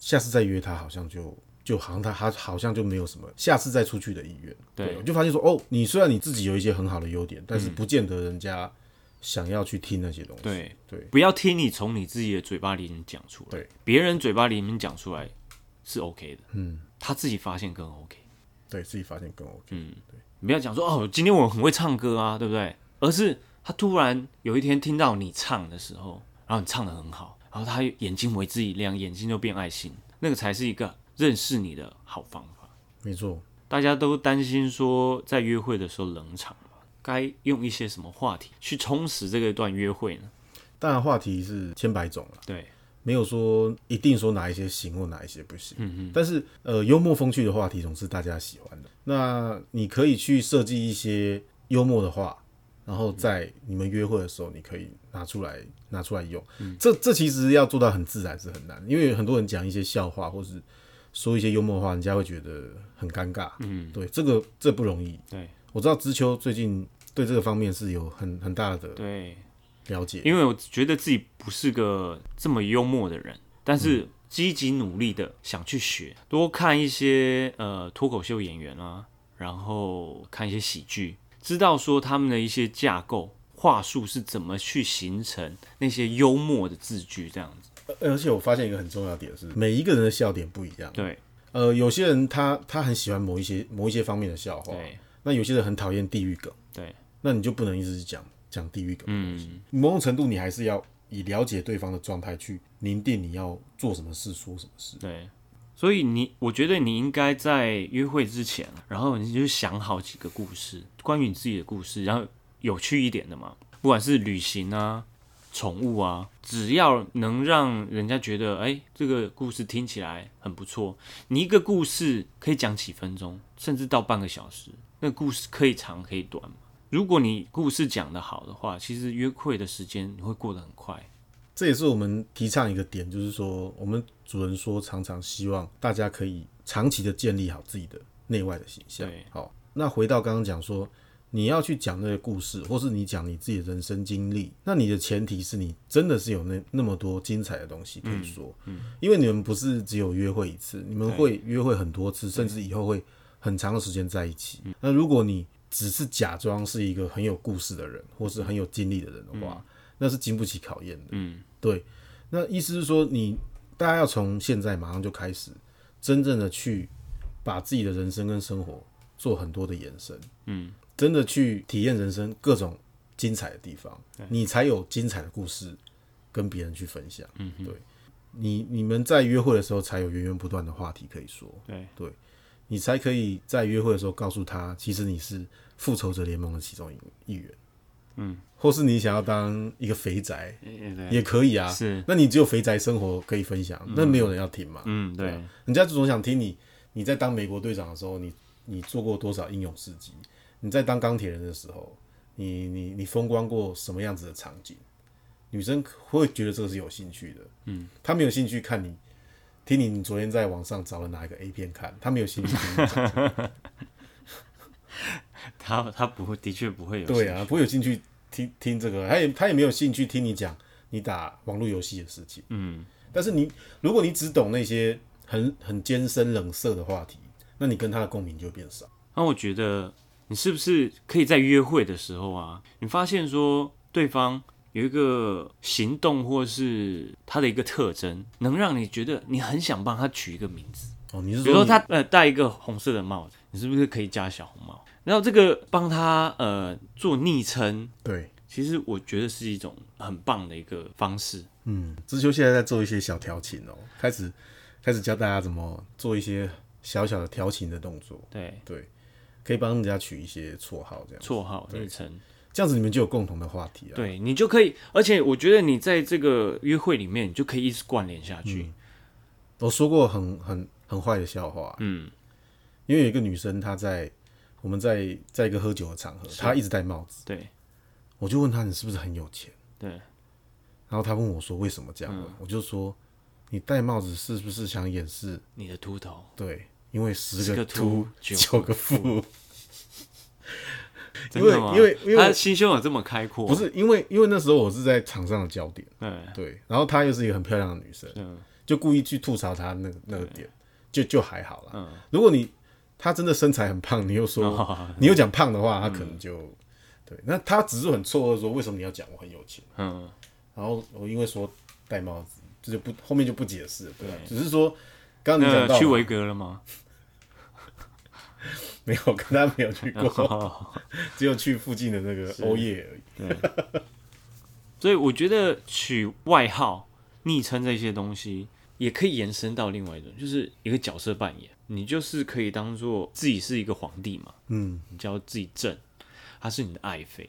[SPEAKER 2] 下次再约她好像就。就好像她她好像就没有什么下次再出去的意愿，
[SPEAKER 1] 对
[SPEAKER 2] 我就发现说哦，你虽然你自己有一些很好的优点，但是不见得人家想要去听那些东西。
[SPEAKER 1] 对
[SPEAKER 2] 对
[SPEAKER 1] 不要听你从你自己的嘴巴里面讲出来，
[SPEAKER 2] 对，
[SPEAKER 1] 别人嘴巴里面讲出来是 OK 的，嗯，他自己发现更 OK。
[SPEAKER 2] 对，自己发现更 OK。
[SPEAKER 1] 嗯你不要讲说哦，今天我很会唱歌啊，对不对？而是他突然有一天听到你唱的时候，然后你唱的很好，然后他眼睛为之一亮，眼睛就变爱心，那个才是一个认识你的好方法。
[SPEAKER 2] 没错，
[SPEAKER 1] 大家都担心说在约会的时候冷场嘛，该用一些什么话题去充实这个段约会呢？
[SPEAKER 2] 当然话题是千百种了。啊
[SPEAKER 1] 对，
[SPEAKER 2] 没有说一定说哪一些行或哪一些不行，嗯嗯，但是呃，幽默风趣的话题总是大家喜欢的。那你可以去设计一些幽默的话，然后在你们约会的时候，你可以拿出来拿出来用。这这其实要做到很自然是很难，因为很多人讲一些笑话或是说一些幽默的话，人家会觉得很尴尬。嗯，对，这个这不容易。
[SPEAKER 1] 对，
[SPEAKER 2] 我知道知秋最近对这个方面是有很很大的
[SPEAKER 1] 对，
[SPEAKER 2] 了解，
[SPEAKER 1] 因为我觉得自己不是个这么幽默的人，但是积极努力的想去学，多看一些呃脱口秀演员啊，然后看一些喜剧，知道说他们的一些架构话术是怎么去形成那些幽默的字句，这样子。
[SPEAKER 2] 而而且我发现一个很重要的点是，每一个人的笑点不一样。
[SPEAKER 1] 对
[SPEAKER 2] 呃，有些人他他很喜欢某一些某一些方面的笑话，
[SPEAKER 1] 对
[SPEAKER 2] 那有些人很讨厌地狱梗，
[SPEAKER 1] 对，
[SPEAKER 2] 那你就不能一直讲讲地狱梗。
[SPEAKER 1] 嗯，
[SPEAKER 2] 某种程度，你还是要以了解对方的状态去凝定你要做什么事，说什么事。
[SPEAKER 1] 对。所以你，我觉得你应该在约会之前，然后你就想好几个故事，关于你自己的故事，然后有趣一点的嘛，不管是旅行啊、宠物啊，只要能让人家觉得，哎、这个故事听起来很不错，你一个故事可以讲几分钟，甚至到半个小时，那个故事可以长可以短嘛，如果你故事讲得好的话，其实约会的时间你会过得很快。
[SPEAKER 2] 这也是我们提倡一个点，就是说，我们主人说常常希望大家可以长期的建立好自己的内外的形象
[SPEAKER 1] 对。
[SPEAKER 2] 好，那回到刚刚讲说，你要去讲那个故事，或是你讲你自己的人生经历，那你的前提是你真的是有那那么多精彩的东西可以说，嗯，因为你们不是只有约会一次，你们会约会很多次，甚至以后会很长的时间在一起。那如果你只是假装是一个很有故事的人，或是很有经历的人的话，那是经不起考验的。
[SPEAKER 1] 嗯，
[SPEAKER 2] 对。那意思是说你，大家要从现在马上就开始，真正的去把自己的人生跟生活做很多的延伸。
[SPEAKER 1] 嗯，
[SPEAKER 2] 真的去体验人生各种精彩的地方，你才有精彩的故事跟别人去分享。嗯，对。你你们在约会的时候才有源源不断的话题可以说，
[SPEAKER 1] 对
[SPEAKER 2] 你才可以在约会的时候告诉他，其实你是复仇者联盟的其中一一员，嗯，或是你想要当一个肥宅，也可以啊。
[SPEAKER 1] 哎是，
[SPEAKER 2] 那你只有肥宅生活可以分享，那没有人要听嘛？
[SPEAKER 1] 嗯，对，
[SPEAKER 2] 人家总想听你你在当美国队长的时候，你你做过多少英勇事迹？你在当钢铁人的时候，你你你风光过什么样子的场景？女生会觉得这个是有兴趣的，嗯，她没有兴趣看你，听你你昨天在网上找了哪一个 A 片看，她没有兴趣听你讲，
[SPEAKER 1] 他他不会，的确不会有。
[SPEAKER 2] 对，啊，不会有兴趣听听这个，她也她也没有兴趣听你讲你打网络游戏的事情，
[SPEAKER 1] 嗯，
[SPEAKER 2] 但是你如果你只懂那些很很艰深冷涩的话题，那你跟他的共鸣就会变少。
[SPEAKER 1] 那我觉得你是不是可以在约会的时候啊，你发现说对方有一个行动或是他的一个特征，能让你觉得你很想帮他取一个名字。
[SPEAKER 2] 哦，你是
[SPEAKER 1] 比如说
[SPEAKER 2] 你
[SPEAKER 1] 他呃戴一个红色的帽子，你是不是可以加小红帽？然后这个帮他呃做昵称，
[SPEAKER 2] 对，
[SPEAKER 1] 其实我觉得是一种很棒的一个方式。
[SPEAKER 2] 嗯，知秋现在在做一些小调情哦，开始开始教大家怎么做一些小小的调情的动作，
[SPEAKER 1] 对，
[SPEAKER 2] 对，可以帮人家取一些绰号，这样
[SPEAKER 1] 绰号昵称，
[SPEAKER 2] 这样子你们就有共同的话题了。，啊
[SPEAKER 1] 对你就可以，而且我觉得你在这个约会里面，你就可以一直关联下去。
[SPEAKER 2] 我说过很很很坏的笑话，
[SPEAKER 1] 嗯，
[SPEAKER 2] 因为有一个女生她在我们在在一个喝酒的场合，她一直戴帽子，
[SPEAKER 1] 对
[SPEAKER 2] 我就问她你是不是很有钱？
[SPEAKER 1] 对，
[SPEAKER 2] 然后他问我说为什么这样
[SPEAKER 1] 嗯
[SPEAKER 2] 问，我就说你戴帽子是不是想掩饰？
[SPEAKER 1] 你的秃头，
[SPEAKER 2] 对，因为十
[SPEAKER 1] 十个哦
[SPEAKER 2] 个
[SPEAKER 1] 秃
[SPEAKER 2] 秃
[SPEAKER 1] 九
[SPEAKER 2] 九个富，
[SPEAKER 1] 真的
[SPEAKER 2] 因为
[SPEAKER 1] 吗？
[SPEAKER 2] 因为因为
[SPEAKER 1] 他心胸有这么开阔，
[SPEAKER 2] 不？是因为因为那时候我是在场上的焦点，
[SPEAKER 1] 嗯，
[SPEAKER 2] 对，然后她又是一个很漂亮的女生，
[SPEAKER 1] 嗯
[SPEAKER 2] 就故意去吐槽她那个那个点，就就还好啦。
[SPEAKER 1] 嗯
[SPEAKER 2] 如果你她真的身材很胖，你又说、
[SPEAKER 1] 哦
[SPEAKER 2] 你又讲胖的话，她可能就、对，那她只是很错愕说为什么你要讲我很有钱？
[SPEAKER 1] 嗯，
[SPEAKER 2] 然后我因为说戴帽子，这就不后面就不解释了，对吧？只是说刚刚你讲
[SPEAKER 1] 那
[SPEAKER 2] 到
[SPEAKER 1] 去维格了
[SPEAKER 2] [laughs]
[SPEAKER 1] 吗？ [laughs]
[SPEAKER 2] 没有，跟他没有去过，
[SPEAKER 1] 哦
[SPEAKER 2] [laughs] 只有去附近的那 [laughs] 个欧耶而已。
[SPEAKER 1] 所以我觉得取外号、昵称这些东西，也可以延伸到另外一种，就是一个角色扮演。你就是可以当做自己是一个皇帝嘛，
[SPEAKER 2] 嗯，
[SPEAKER 1] 你叫自己朕，他是你的爱妃，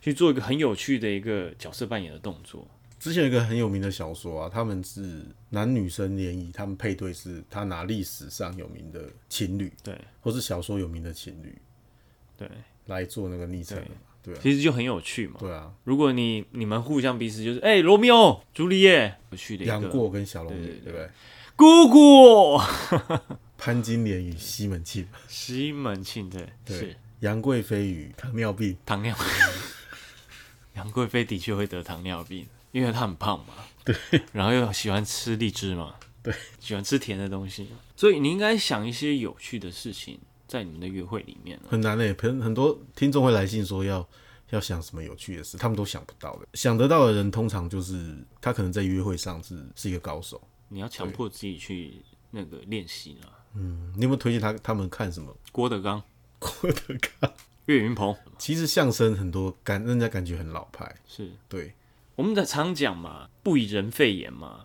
[SPEAKER 1] 去做一个很有趣的一个角色扮演的动作。
[SPEAKER 2] 之前有一个很有名的小说啊，他们是男女生联谊，他们配对是他拿历史上有名的情侣，
[SPEAKER 1] 对
[SPEAKER 2] 或是小说有名的情侣
[SPEAKER 1] 对，
[SPEAKER 2] 来做那个昵称的嘛，对啊，
[SPEAKER 1] 其实就很有趣嘛。
[SPEAKER 2] 对啊，
[SPEAKER 1] 如果你你们互相彼此就是，哎、罗密欧、朱丽叶，有趣的一
[SPEAKER 2] 杨
[SPEAKER 1] 个
[SPEAKER 2] 过跟小龙女，
[SPEAKER 1] 对对
[SPEAKER 2] 对不对？
[SPEAKER 1] 姑姑，
[SPEAKER 2] 潘金莲与西门庆，
[SPEAKER 1] 西门庆对，
[SPEAKER 2] 对
[SPEAKER 1] 是
[SPEAKER 2] 杨贵妃与糖尿病，
[SPEAKER 1] 糖 [laughs] 尿病。杨贵妃的确会得糖尿病，因为她很胖嘛。对，然后又喜欢吃荔枝嘛。
[SPEAKER 2] 对，
[SPEAKER 1] 喜欢吃甜的东西，所以你应该想一些有趣的事情在你们的约会里面啊
[SPEAKER 2] 很难诶、很很多听众会来信说要要想什么有趣的事，他们都想不到的。想得到的人，通常就是他可能在约会上是是一个高手。
[SPEAKER 1] 你要强迫自己去那个练习啊。
[SPEAKER 2] 嗯，你有没有推荐他他们看什么？ [laughs]
[SPEAKER 1] 郭德纲、
[SPEAKER 2] 郭德纲，
[SPEAKER 1] 岳云鹏
[SPEAKER 2] 其实相声很多感，让人家感觉很老派。
[SPEAKER 1] 是
[SPEAKER 2] 对，
[SPEAKER 1] 我们在常讲嘛，不以人废言嘛，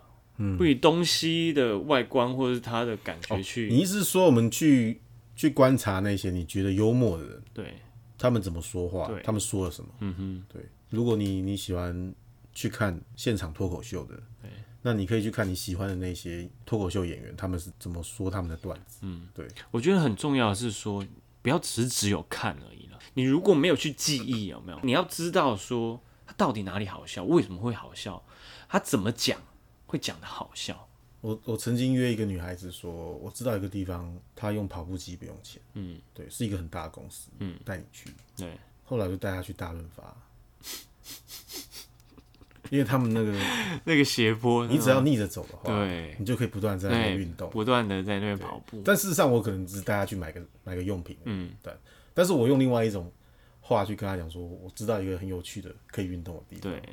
[SPEAKER 1] 不以东西的外观或是它的感觉去、
[SPEAKER 2] 你意思是说我们去去观察那些你觉得幽默的人，
[SPEAKER 1] 对，
[SPEAKER 2] 他们怎么说话
[SPEAKER 1] 对，
[SPEAKER 2] 他们说了什么？
[SPEAKER 1] 嗯哼，
[SPEAKER 2] 对，如果你你喜欢去看现场脱口秀的，那你可以去看你喜欢的那些脱口秀演员，他们是怎么
[SPEAKER 1] 嗯
[SPEAKER 2] 说他们的段子。
[SPEAKER 1] 我觉得很重要的是说，不要只是只有看而已了，你如果没有去记忆，有没有？你要知道说它到底哪里好笑，为什么会好笑，它怎么讲会讲的好笑。
[SPEAKER 2] 我我曾经约一个女孩子说，我知道一个地方，她用跑步机不用钱，嗯，对，是一个很大的公司，嗯，带你去。
[SPEAKER 1] 对，
[SPEAKER 2] 后来我就带她去大润发， [laughs] 因为他们那个
[SPEAKER 1] 那个斜坡，
[SPEAKER 2] 你只要逆着走的话，
[SPEAKER 1] 嗯对
[SPEAKER 2] 你就可以不断在那
[SPEAKER 1] 对
[SPEAKER 2] 边运动。
[SPEAKER 1] 不断的在那边跑步，
[SPEAKER 2] 但事实上，我可能只是带她去买个买个用品，嗯，对。但是我用另外一种话去跟她讲说，我知道一个很有趣的可以运动的地方，
[SPEAKER 1] 对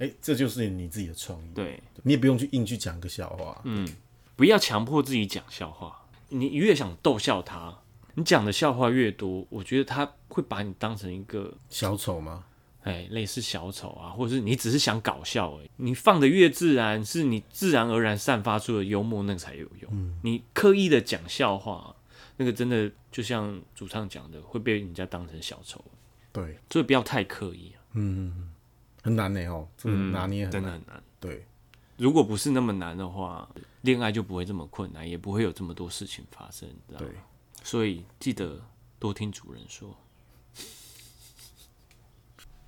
[SPEAKER 2] 哎、这就是你自己的创意，
[SPEAKER 1] 对，
[SPEAKER 2] 你也不用去硬去讲个笑话，嗯，
[SPEAKER 1] 不要强迫自己讲笑话，你越想逗笑他，你讲的笑话越多，我觉得他会把你当成一个
[SPEAKER 2] 小丑吗？
[SPEAKER 1] 哎，类似小丑啊，或者是你只是想搞笑而已。你放的越自然，是你自然而然散发出的幽默，那个才有用。
[SPEAKER 2] 嗯
[SPEAKER 1] 你刻意的讲笑话，那个真的就像主唱讲的，会被人家当成小丑，
[SPEAKER 2] 对，
[SPEAKER 1] 所以不要太刻意啊，
[SPEAKER 2] 很难呢、哦，这个拿捏很
[SPEAKER 1] 嗯真
[SPEAKER 2] 难
[SPEAKER 1] 的很难。
[SPEAKER 2] 对，
[SPEAKER 1] 如果不是那么难的话，恋爱就不会这么困难，也不会有这么多事情发生，你知道吗
[SPEAKER 2] 对？
[SPEAKER 1] 所以记得多听主人说。 [laughs]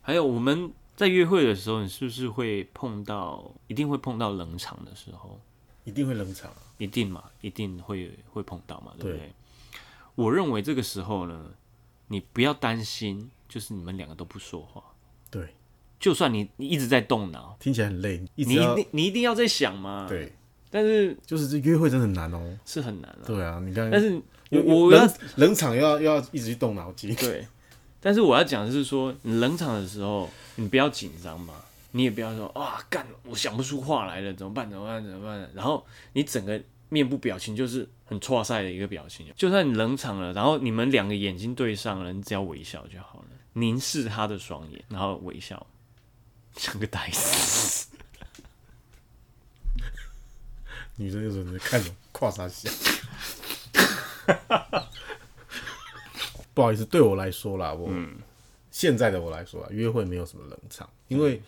[SPEAKER 1] 还有我们在约会的时候，你是不是会碰到，一定会碰到冷场的时候？
[SPEAKER 2] 一定会冷场啊。
[SPEAKER 1] 一定嘛，一定会会碰到嘛，对不对？
[SPEAKER 2] 对
[SPEAKER 1] 我认为这个时候呢，你不要担心，就是你们两个都不说话，
[SPEAKER 2] 对，
[SPEAKER 1] 就算你你一直在动脑，
[SPEAKER 2] 听起来很累，你一直
[SPEAKER 1] 你一
[SPEAKER 2] 要
[SPEAKER 1] 定你一定要在想嘛，，
[SPEAKER 2] 对，
[SPEAKER 1] 但是
[SPEAKER 2] 就是这约会真的很难哦。
[SPEAKER 1] 是很难啊。
[SPEAKER 2] 对啊，你看，
[SPEAKER 1] 但是我
[SPEAKER 2] 有有
[SPEAKER 1] 我要
[SPEAKER 2] 冷冷场又要又要一直去动脑筋。
[SPEAKER 1] 对，但是我要讲的是说，你冷场的时候，你不要紧张嘛，你也不要说啊，干，我想不出话来了，怎么办？怎么办？怎么办？然后你整个面部表情就是很挫赛的一个表情，就算你冷场了，然后你们两个眼睛对上了，你只要微笑就好了，凝视他的双眼，然后微笑，像个呆子。
[SPEAKER 2] 女生就是在看我跨啥笑。 [laughs] 不好意思，对我来说啦，我、现在的我来说啊，约会没有什么冷场，因为、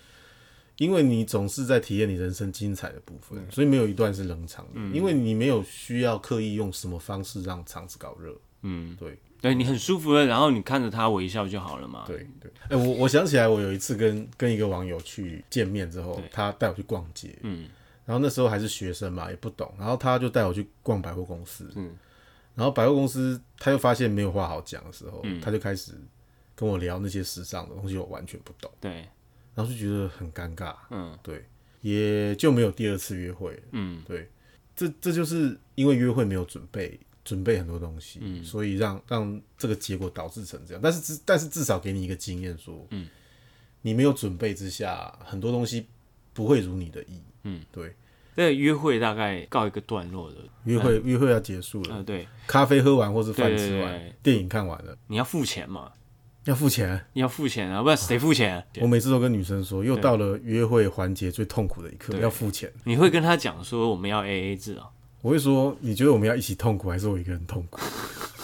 [SPEAKER 2] 因为你总是在体验你人生精彩的部分，所以没有一段是冷场的，因为你没有需要刻意用什么方式让场子搞热。嗯，对
[SPEAKER 1] 对你很舒服了，然后你看着他微笑就好了嘛。
[SPEAKER 2] 对对。哎、我我想起来，我有一次跟跟一个网友去见面之后，他带我去逛街，
[SPEAKER 1] 嗯，
[SPEAKER 2] 然后那时候还是学生嘛，也不懂，然后他就带我去逛百货公司，
[SPEAKER 1] 嗯，
[SPEAKER 2] 然后百货公司他又发现没有话好讲的时候，
[SPEAKER 1] 嗯
[SPEAKER 2] 他就开始跟我聊那些时尚的东西，我完全不懂，
[SPEAKER 1] 对，
[SPEAKER 2] 然后就觉得很尴尬，
[SPEAKER 1] 嗯
[SPEAKER 2] 对，也就没有第二次约会了，
[SPEAKER 1] 嗯，
[SPEAKER 2] 对，这这就是因为约会没有准备，准备很多东西，嗯，所以让让这个结果导致成这样，但是至但是至少给你一个经验说，嗯，你没有准备之下，很多东西不会如你的意，嗯，对。
[SPEAKER 1] 那约会大概告一个段落了。
[SPEAKER 2] 约会、约会要结束了，
[SPEAKER 1] 哎嗯、对，
[SPEAKER 2] 咖啡喝完或是饭吃完，
[SPEAKER 1] 对对对
[SPEAKER 2] 电影看完了，
[SPEAKER 1] 你要付钱嘛，
[SPEAKER 2] 要付钱。
[SPEAKER 1] 你要付钱啊，不然谁付钱？
[SPEAKER 2] 我每次都跟女生说，又到了约会环节最痛苦的一刻，要付钱。
[SPEAKER 1] 你会跟他讲说我们要 A A 制哦。
[SPEAKER 2] 我会说，你觉得我们要一起痛苦，还是我一个
[SPEAKER 1] [laughs]
[SPEAKER 2] 人痛苦？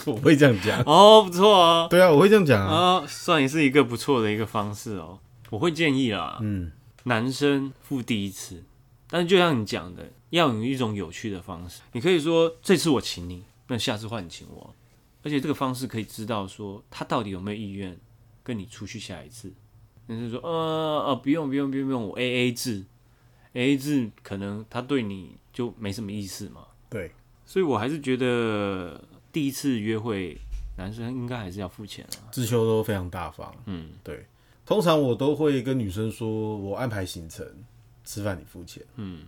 [SPEAKER 2] 我会这样讲。
[SPEAKER 1] 哦，不错哦，
[SPEAKER 2] 对啊，我会这样讲啊。
[SPEAKER 1] 啊、算也是一个不错的一个方式哦。我会建议啦，
[SPEAKER 2] 嗯，
[SPEAKER 1] 男生付第一次，但是就像你讲的，要有一种有趣的方式。你可以说这次我请你，那下次换你请我，而且这个方式可以知道说他到底有没有意愿跟你出去下一次。但是说，呃呃，不用不用不用不用，我 A A 制，A A 制可能他对你就没什么意思嘛。
[SPEAKER 2] 对，
[SPEAKER 1] 所以我还是觉得第一次约会，男生应该还是要付钱啊。
[SPEAKER 2] 知秋都非常大方。
[SPEAKER 1] 嗯，
[SPEAKER 2] 对，通常我都会跟女生说，我安排行程，吃饭你付钱。嗯，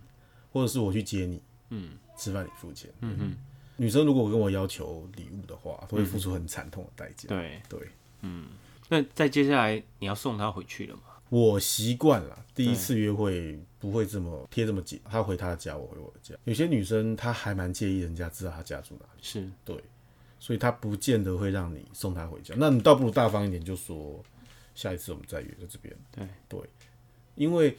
[SPEAKER 2] 或者是我去接你。嗯，吃饭你付钱。嗯嗯。女生如果跟我要求礼物的话，都会付出很惨痛的代价。
[SPEAKER 1] 对。
[SPEAKER 2] 对，
[SPEAKER 1] 那再接下来你要送他回去了嘛？
[SPEAKER 2] 我习惯了，第一次约会不会这么贴这么紧，她回她的家，我回我的家。有些女生她还蛮介意人家知道她家住哪里，
[SPEAKER 1] 是，
[SPEAKER 2] 对，所以她不见得会让你送她回家。那你倒不如大方一点，就说下一次我们再约，就这边。
[SPEAKER 1] 对
[SPEAKER 2] 对，因为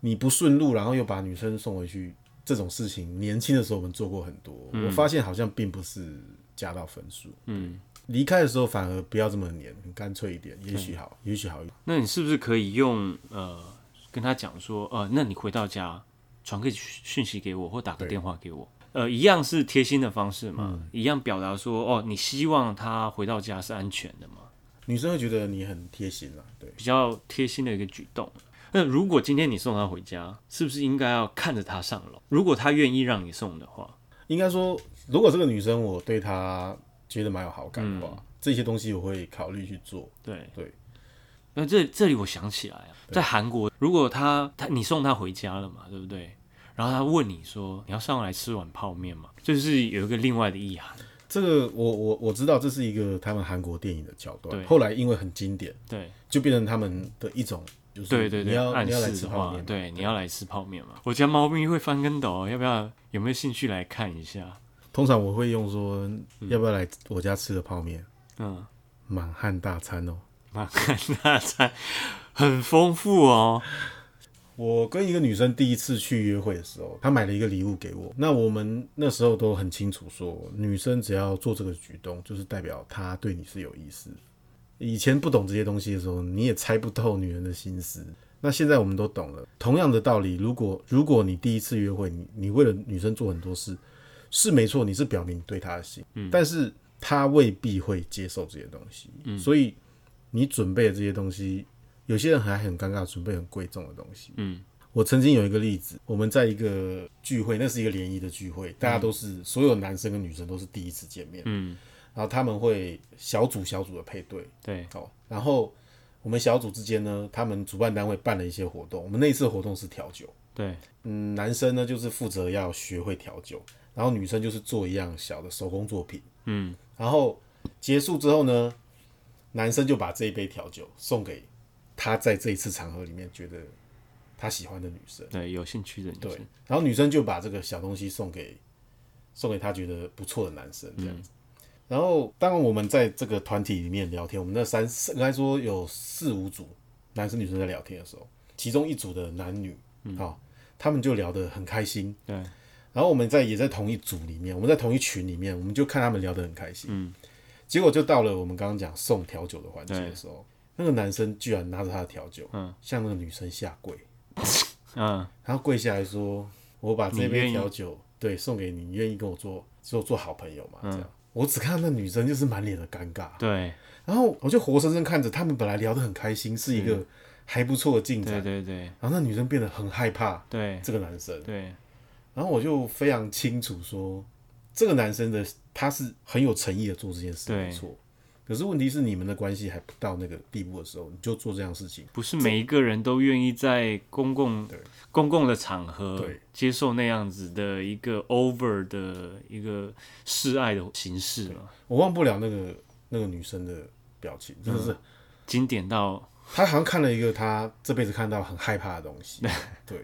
[SPEAKER 2] 你不顺路，然后又把女生送回去这种事情，年轻的时候我们做过很多，我发现好像并不是加到分数。
[SPEAKER 1] 嗯，
[SPEAKER 2] 离开的时候反而不要这么黏，很干脆一点，也许好，也许好一点。
[SPEAKER 1] 那你是不是可以用呃跟他讲说，呃，那你回到家传个讯息给我，或打个电话给我，呃，一样是贴心的方式嘛，一样表达说，哦，你希望他回到家是安全的嘛？
[SPEAKER 2] 女生会觉得你很贴心啦，对，
[SPEAKER 1] 比较贴心的一个举动。那如果今天你送她回家，是不是应该要看着她上楼？如果她愿意让你送的话，
[SPEAKER 2] 应该说，如果这个女生我对她觉得蛮有好感的
[SPEAKER 1] 嗯
[SPEAKER 2] 话，这些东西我会考虑去做。
[SPEAKER 1] 对
[SPEAKER 2] 对。
[SPEAKER 1] 那呃这这里我想起来啊，在韩国，如果他他你送他回家了嘛，对不对？然后他问你说你要上来吃碗泡面吗？就是有一个另外的意涵，
[SPEAKER 2] 这个我我我知道，这是一个他们韩国电影的桥
[SPEAKER 1] 对
[SPEAKER 2] 段。后来因为很经典，
[SPEAKER 1] 对
[SPEAKER 2] 就变成他们的一种，就是
[SPEAKER 1] 对对
[SPEAKER 2] 你
[SPEAKER 1] 对，
[SPEAKER 2] 要
[SPEAKER 1] 暗
[SPEAKER 2] 你要来
[SPEAKER 1] 示
[SPEAKER 2] 吃
[SPEAKER 1] 的
[SPEAKER 2] 泡
[SPEAKER 1] 话，
[SPEAKER 2] 面，
[SPEAKER 1] 对你要来吃泡面嘛？我家猫咪会翻跟斗，哦要不要？有没有兴趣来看一下？
[SPEAKER 2] 通常我会用说，要不要来我家吃个泡面？
[SPEAKER 1] 嗯，
[SPEAKER 2] 满汉大餐哦。
[SPEAKER 1] 满汉大餐很丰富哦，
[SPEAKER 2] 我跟一个女生第一次去约会的时候，她买了一个礼物给我。那我们那时候都很清楚说，女生只要做这个举动，就是代表她对你是有意思。以前不懂这些东西的时候，你也猜不透女人的心思。那现在我们都懂了，同样的道理，如果如果你第一次约会，你你为了女生做很多事，是没错，你是表明你对她的心，但是她未必会接受这些东西，所以你准备的这些东西，有些人还很尴尬，准备很贵重的东西。
[SPEAKER 1] 嗯，
[SPEAKER 2] 我曾经有一个例子，我们在一个聚会，那是一个联谊的聚会，大家都是、所有男生跟女生都是第一次见面，
[SPEAKER 1] 嗯，
[SPEAKER 2] 然后他们会小组小组的配对，
[SPEAKER 1] 对，
[SPEAKER 2] 哦，然后我们小组之间呢，他们主办单位办了一些活动，我们那一次的活动是调酒，
[SPEAKER 1] 对，
[SPEAKER 2] 嗯，男生呢就是负责要学会调酒，然后女生就是做一样小的手工作品，
[SPEAKER 1] 嗯，
[SPEAKER 2] 然后结束之后呢，男生就把这一杯调酒送给他在这一次场合里面觉得他喜欢的女生，
[SPEAKER 1] 对，有兴趣的女
[SPEAKER 2] 对
[SPEAKER 1] 生，，
[SPEAKER 2] 然后女生就把这个小东西送给送给他觉得不错的男生这样子。然后，当然我们在这个团体里面聊天，我们那三四应该说有四五组男生女生在聊天的时候，其中一组的男女，哦，他们就聊得很开心。
[SPEAKER 1] 对，
[SPEAKER 2] 然后我们在也在同一组里面，我们在同一群里面，我们就看他们聊得很开心。嗯，结果就到了我们刚刚讲送调酒的环节的时候，那个男生居然拿着他的调酒，嗯，向那个女生下跪，
[SPEAKER 1] 嗯，
[SPEAKER 2] 然后跪下来说：“我把这
[SPEAKER 1] 你愿
[SPEAKER 2] 杯
[SPEAKER 1] 意嗯
[SPEAKER 2] 调酒对送给你，你愿意跟我做做做好朋友嘛？”这样，我只看到那女生就是满脸的尴尬，
[SPEAKER 1] 对，
[SPEAKER 2] 然后我就活生生看着他们本来聊得很开心，是一个还不错的进展
[SPEAKER 1] 嗯对，对对
[SPEAKER 2] 然后那女生变得很害怕
[SPEAKER 1] 对
[SPEAKER 2] 这个男生，
[SPEAKER 1] 对，
[SPEAKER 2] 然后我就非常清楚说，这个男生的他是很有诚意的做这件事，
[SPEAKER 1] 对
[SPEAKER 2] 没错。可是问题是，你们的关系还不到那个地步的时候，你就做这样的事情，
[SPEAKER 1] 不是每一个人都愿意在公共
[SPEAKER 2] 对
[SPEAKER 1] 公共的场合
[SPEAKER 2] 对
[SPEAKER 1] 接受那样子的一个 over 的一个示爱的形式嘛，
[SPEAKER 2] 我忘不了那个那个女生的表情，真的是
[SPEAKER 1] 经典到
[SPEAKER 2] 他好像看了一个他这辈子看到很害怕的东西。对，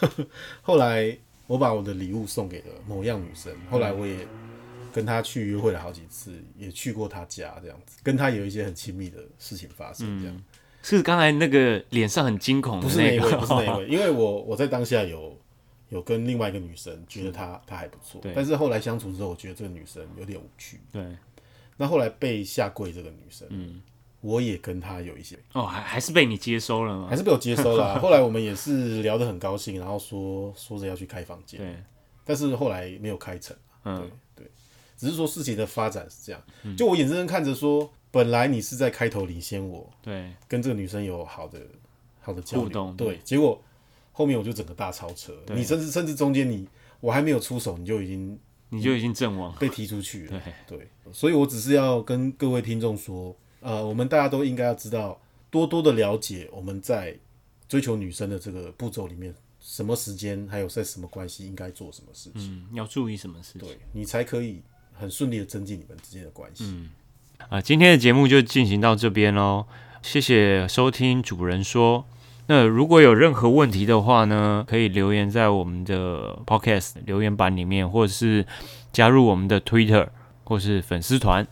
[SPEAKER 2] [laughs] 后来我把我的礼物送给了某样女生，后来我也跟她去约会了好几次，也去过她家，这样子，跟她有一些很亲密的事情发生，这样。
[SPEAKER 1] 是刚才那个脸上很惊恐
[SPEAKER 2] 不
[SPEAKER 1] 的
[SPEAKER 2] 是那
[SPEAKER 1] 那
[SPEAKER 2] 一位，
[SPEAKER 1] 个，
[SPEAKER 2] 不是那一位，因为我我在当下有有跟另外一个女生，觉得她她还不错
[SPEAKER 1] 对，
[SPEAKER 2] 但是后来相处之后，我觉得这个女生有点无趣。
[SPEAKER 1] [laughs] 对，
[SPEAKER 2] 那后来被下跪这个女生，
[SPEAKER 1] 嗯
[SPEAKER 2] 我也跟她有一些
[SPEAKER 1] 哦，还还是被你接收了嘛
[SPEAKER 2] 还，是被我接收
[SPEAKER 1] [laughs]
[SPEAKER 2] 了啊、后来我们也是聊得很高兴，然后说说着要去开房间，
[SPEAKER 1] 对，
[SPEAKER 2] 但是后来没有开成。啊
[SPEAKER 1] 嗯，
[SPEAKER 2] 对，只是说事情的发展是这样。就我眼睁睁看着说，本来你是在开头领先我，
[SPEAKER 1] 对，
[SPEAKER 2] 跟这个女生有好的好的交流
[SPEAKER 1] 互动
[SPEAKER 2] 对，结果后面我就整个大超车，
[SPEAKER 1] 对
[SPEAKER 2] 你甚至甚至中间你我还没有出手，你就已经
[SPEAKER 1] 你就已经阵亡了，
[SPEAKER 2] 被踢出去了
[SPEAKER 1] 对。
[SPEAKER 2] 对，所以我只是要跟各位听众说，呃，我们大家都应该要知道，多多的了解我们在追求女生的这个步骤里面，什么时间还有在什么关系应该做什么事情，
[SPEAKER 1] 嗯，要注意什么事情？
[SPEAKER 2] 对你才可以很顺利的增进你们之间的关系。
[SPEAKER 1] 啊，今天的节目就进行到这边喽，谢谢收听主人说。那如果有任何问题的话呢，可以留言在我们的 Podcast 留言板里面，或者是加入我们的 Twitter 或是粉丝团。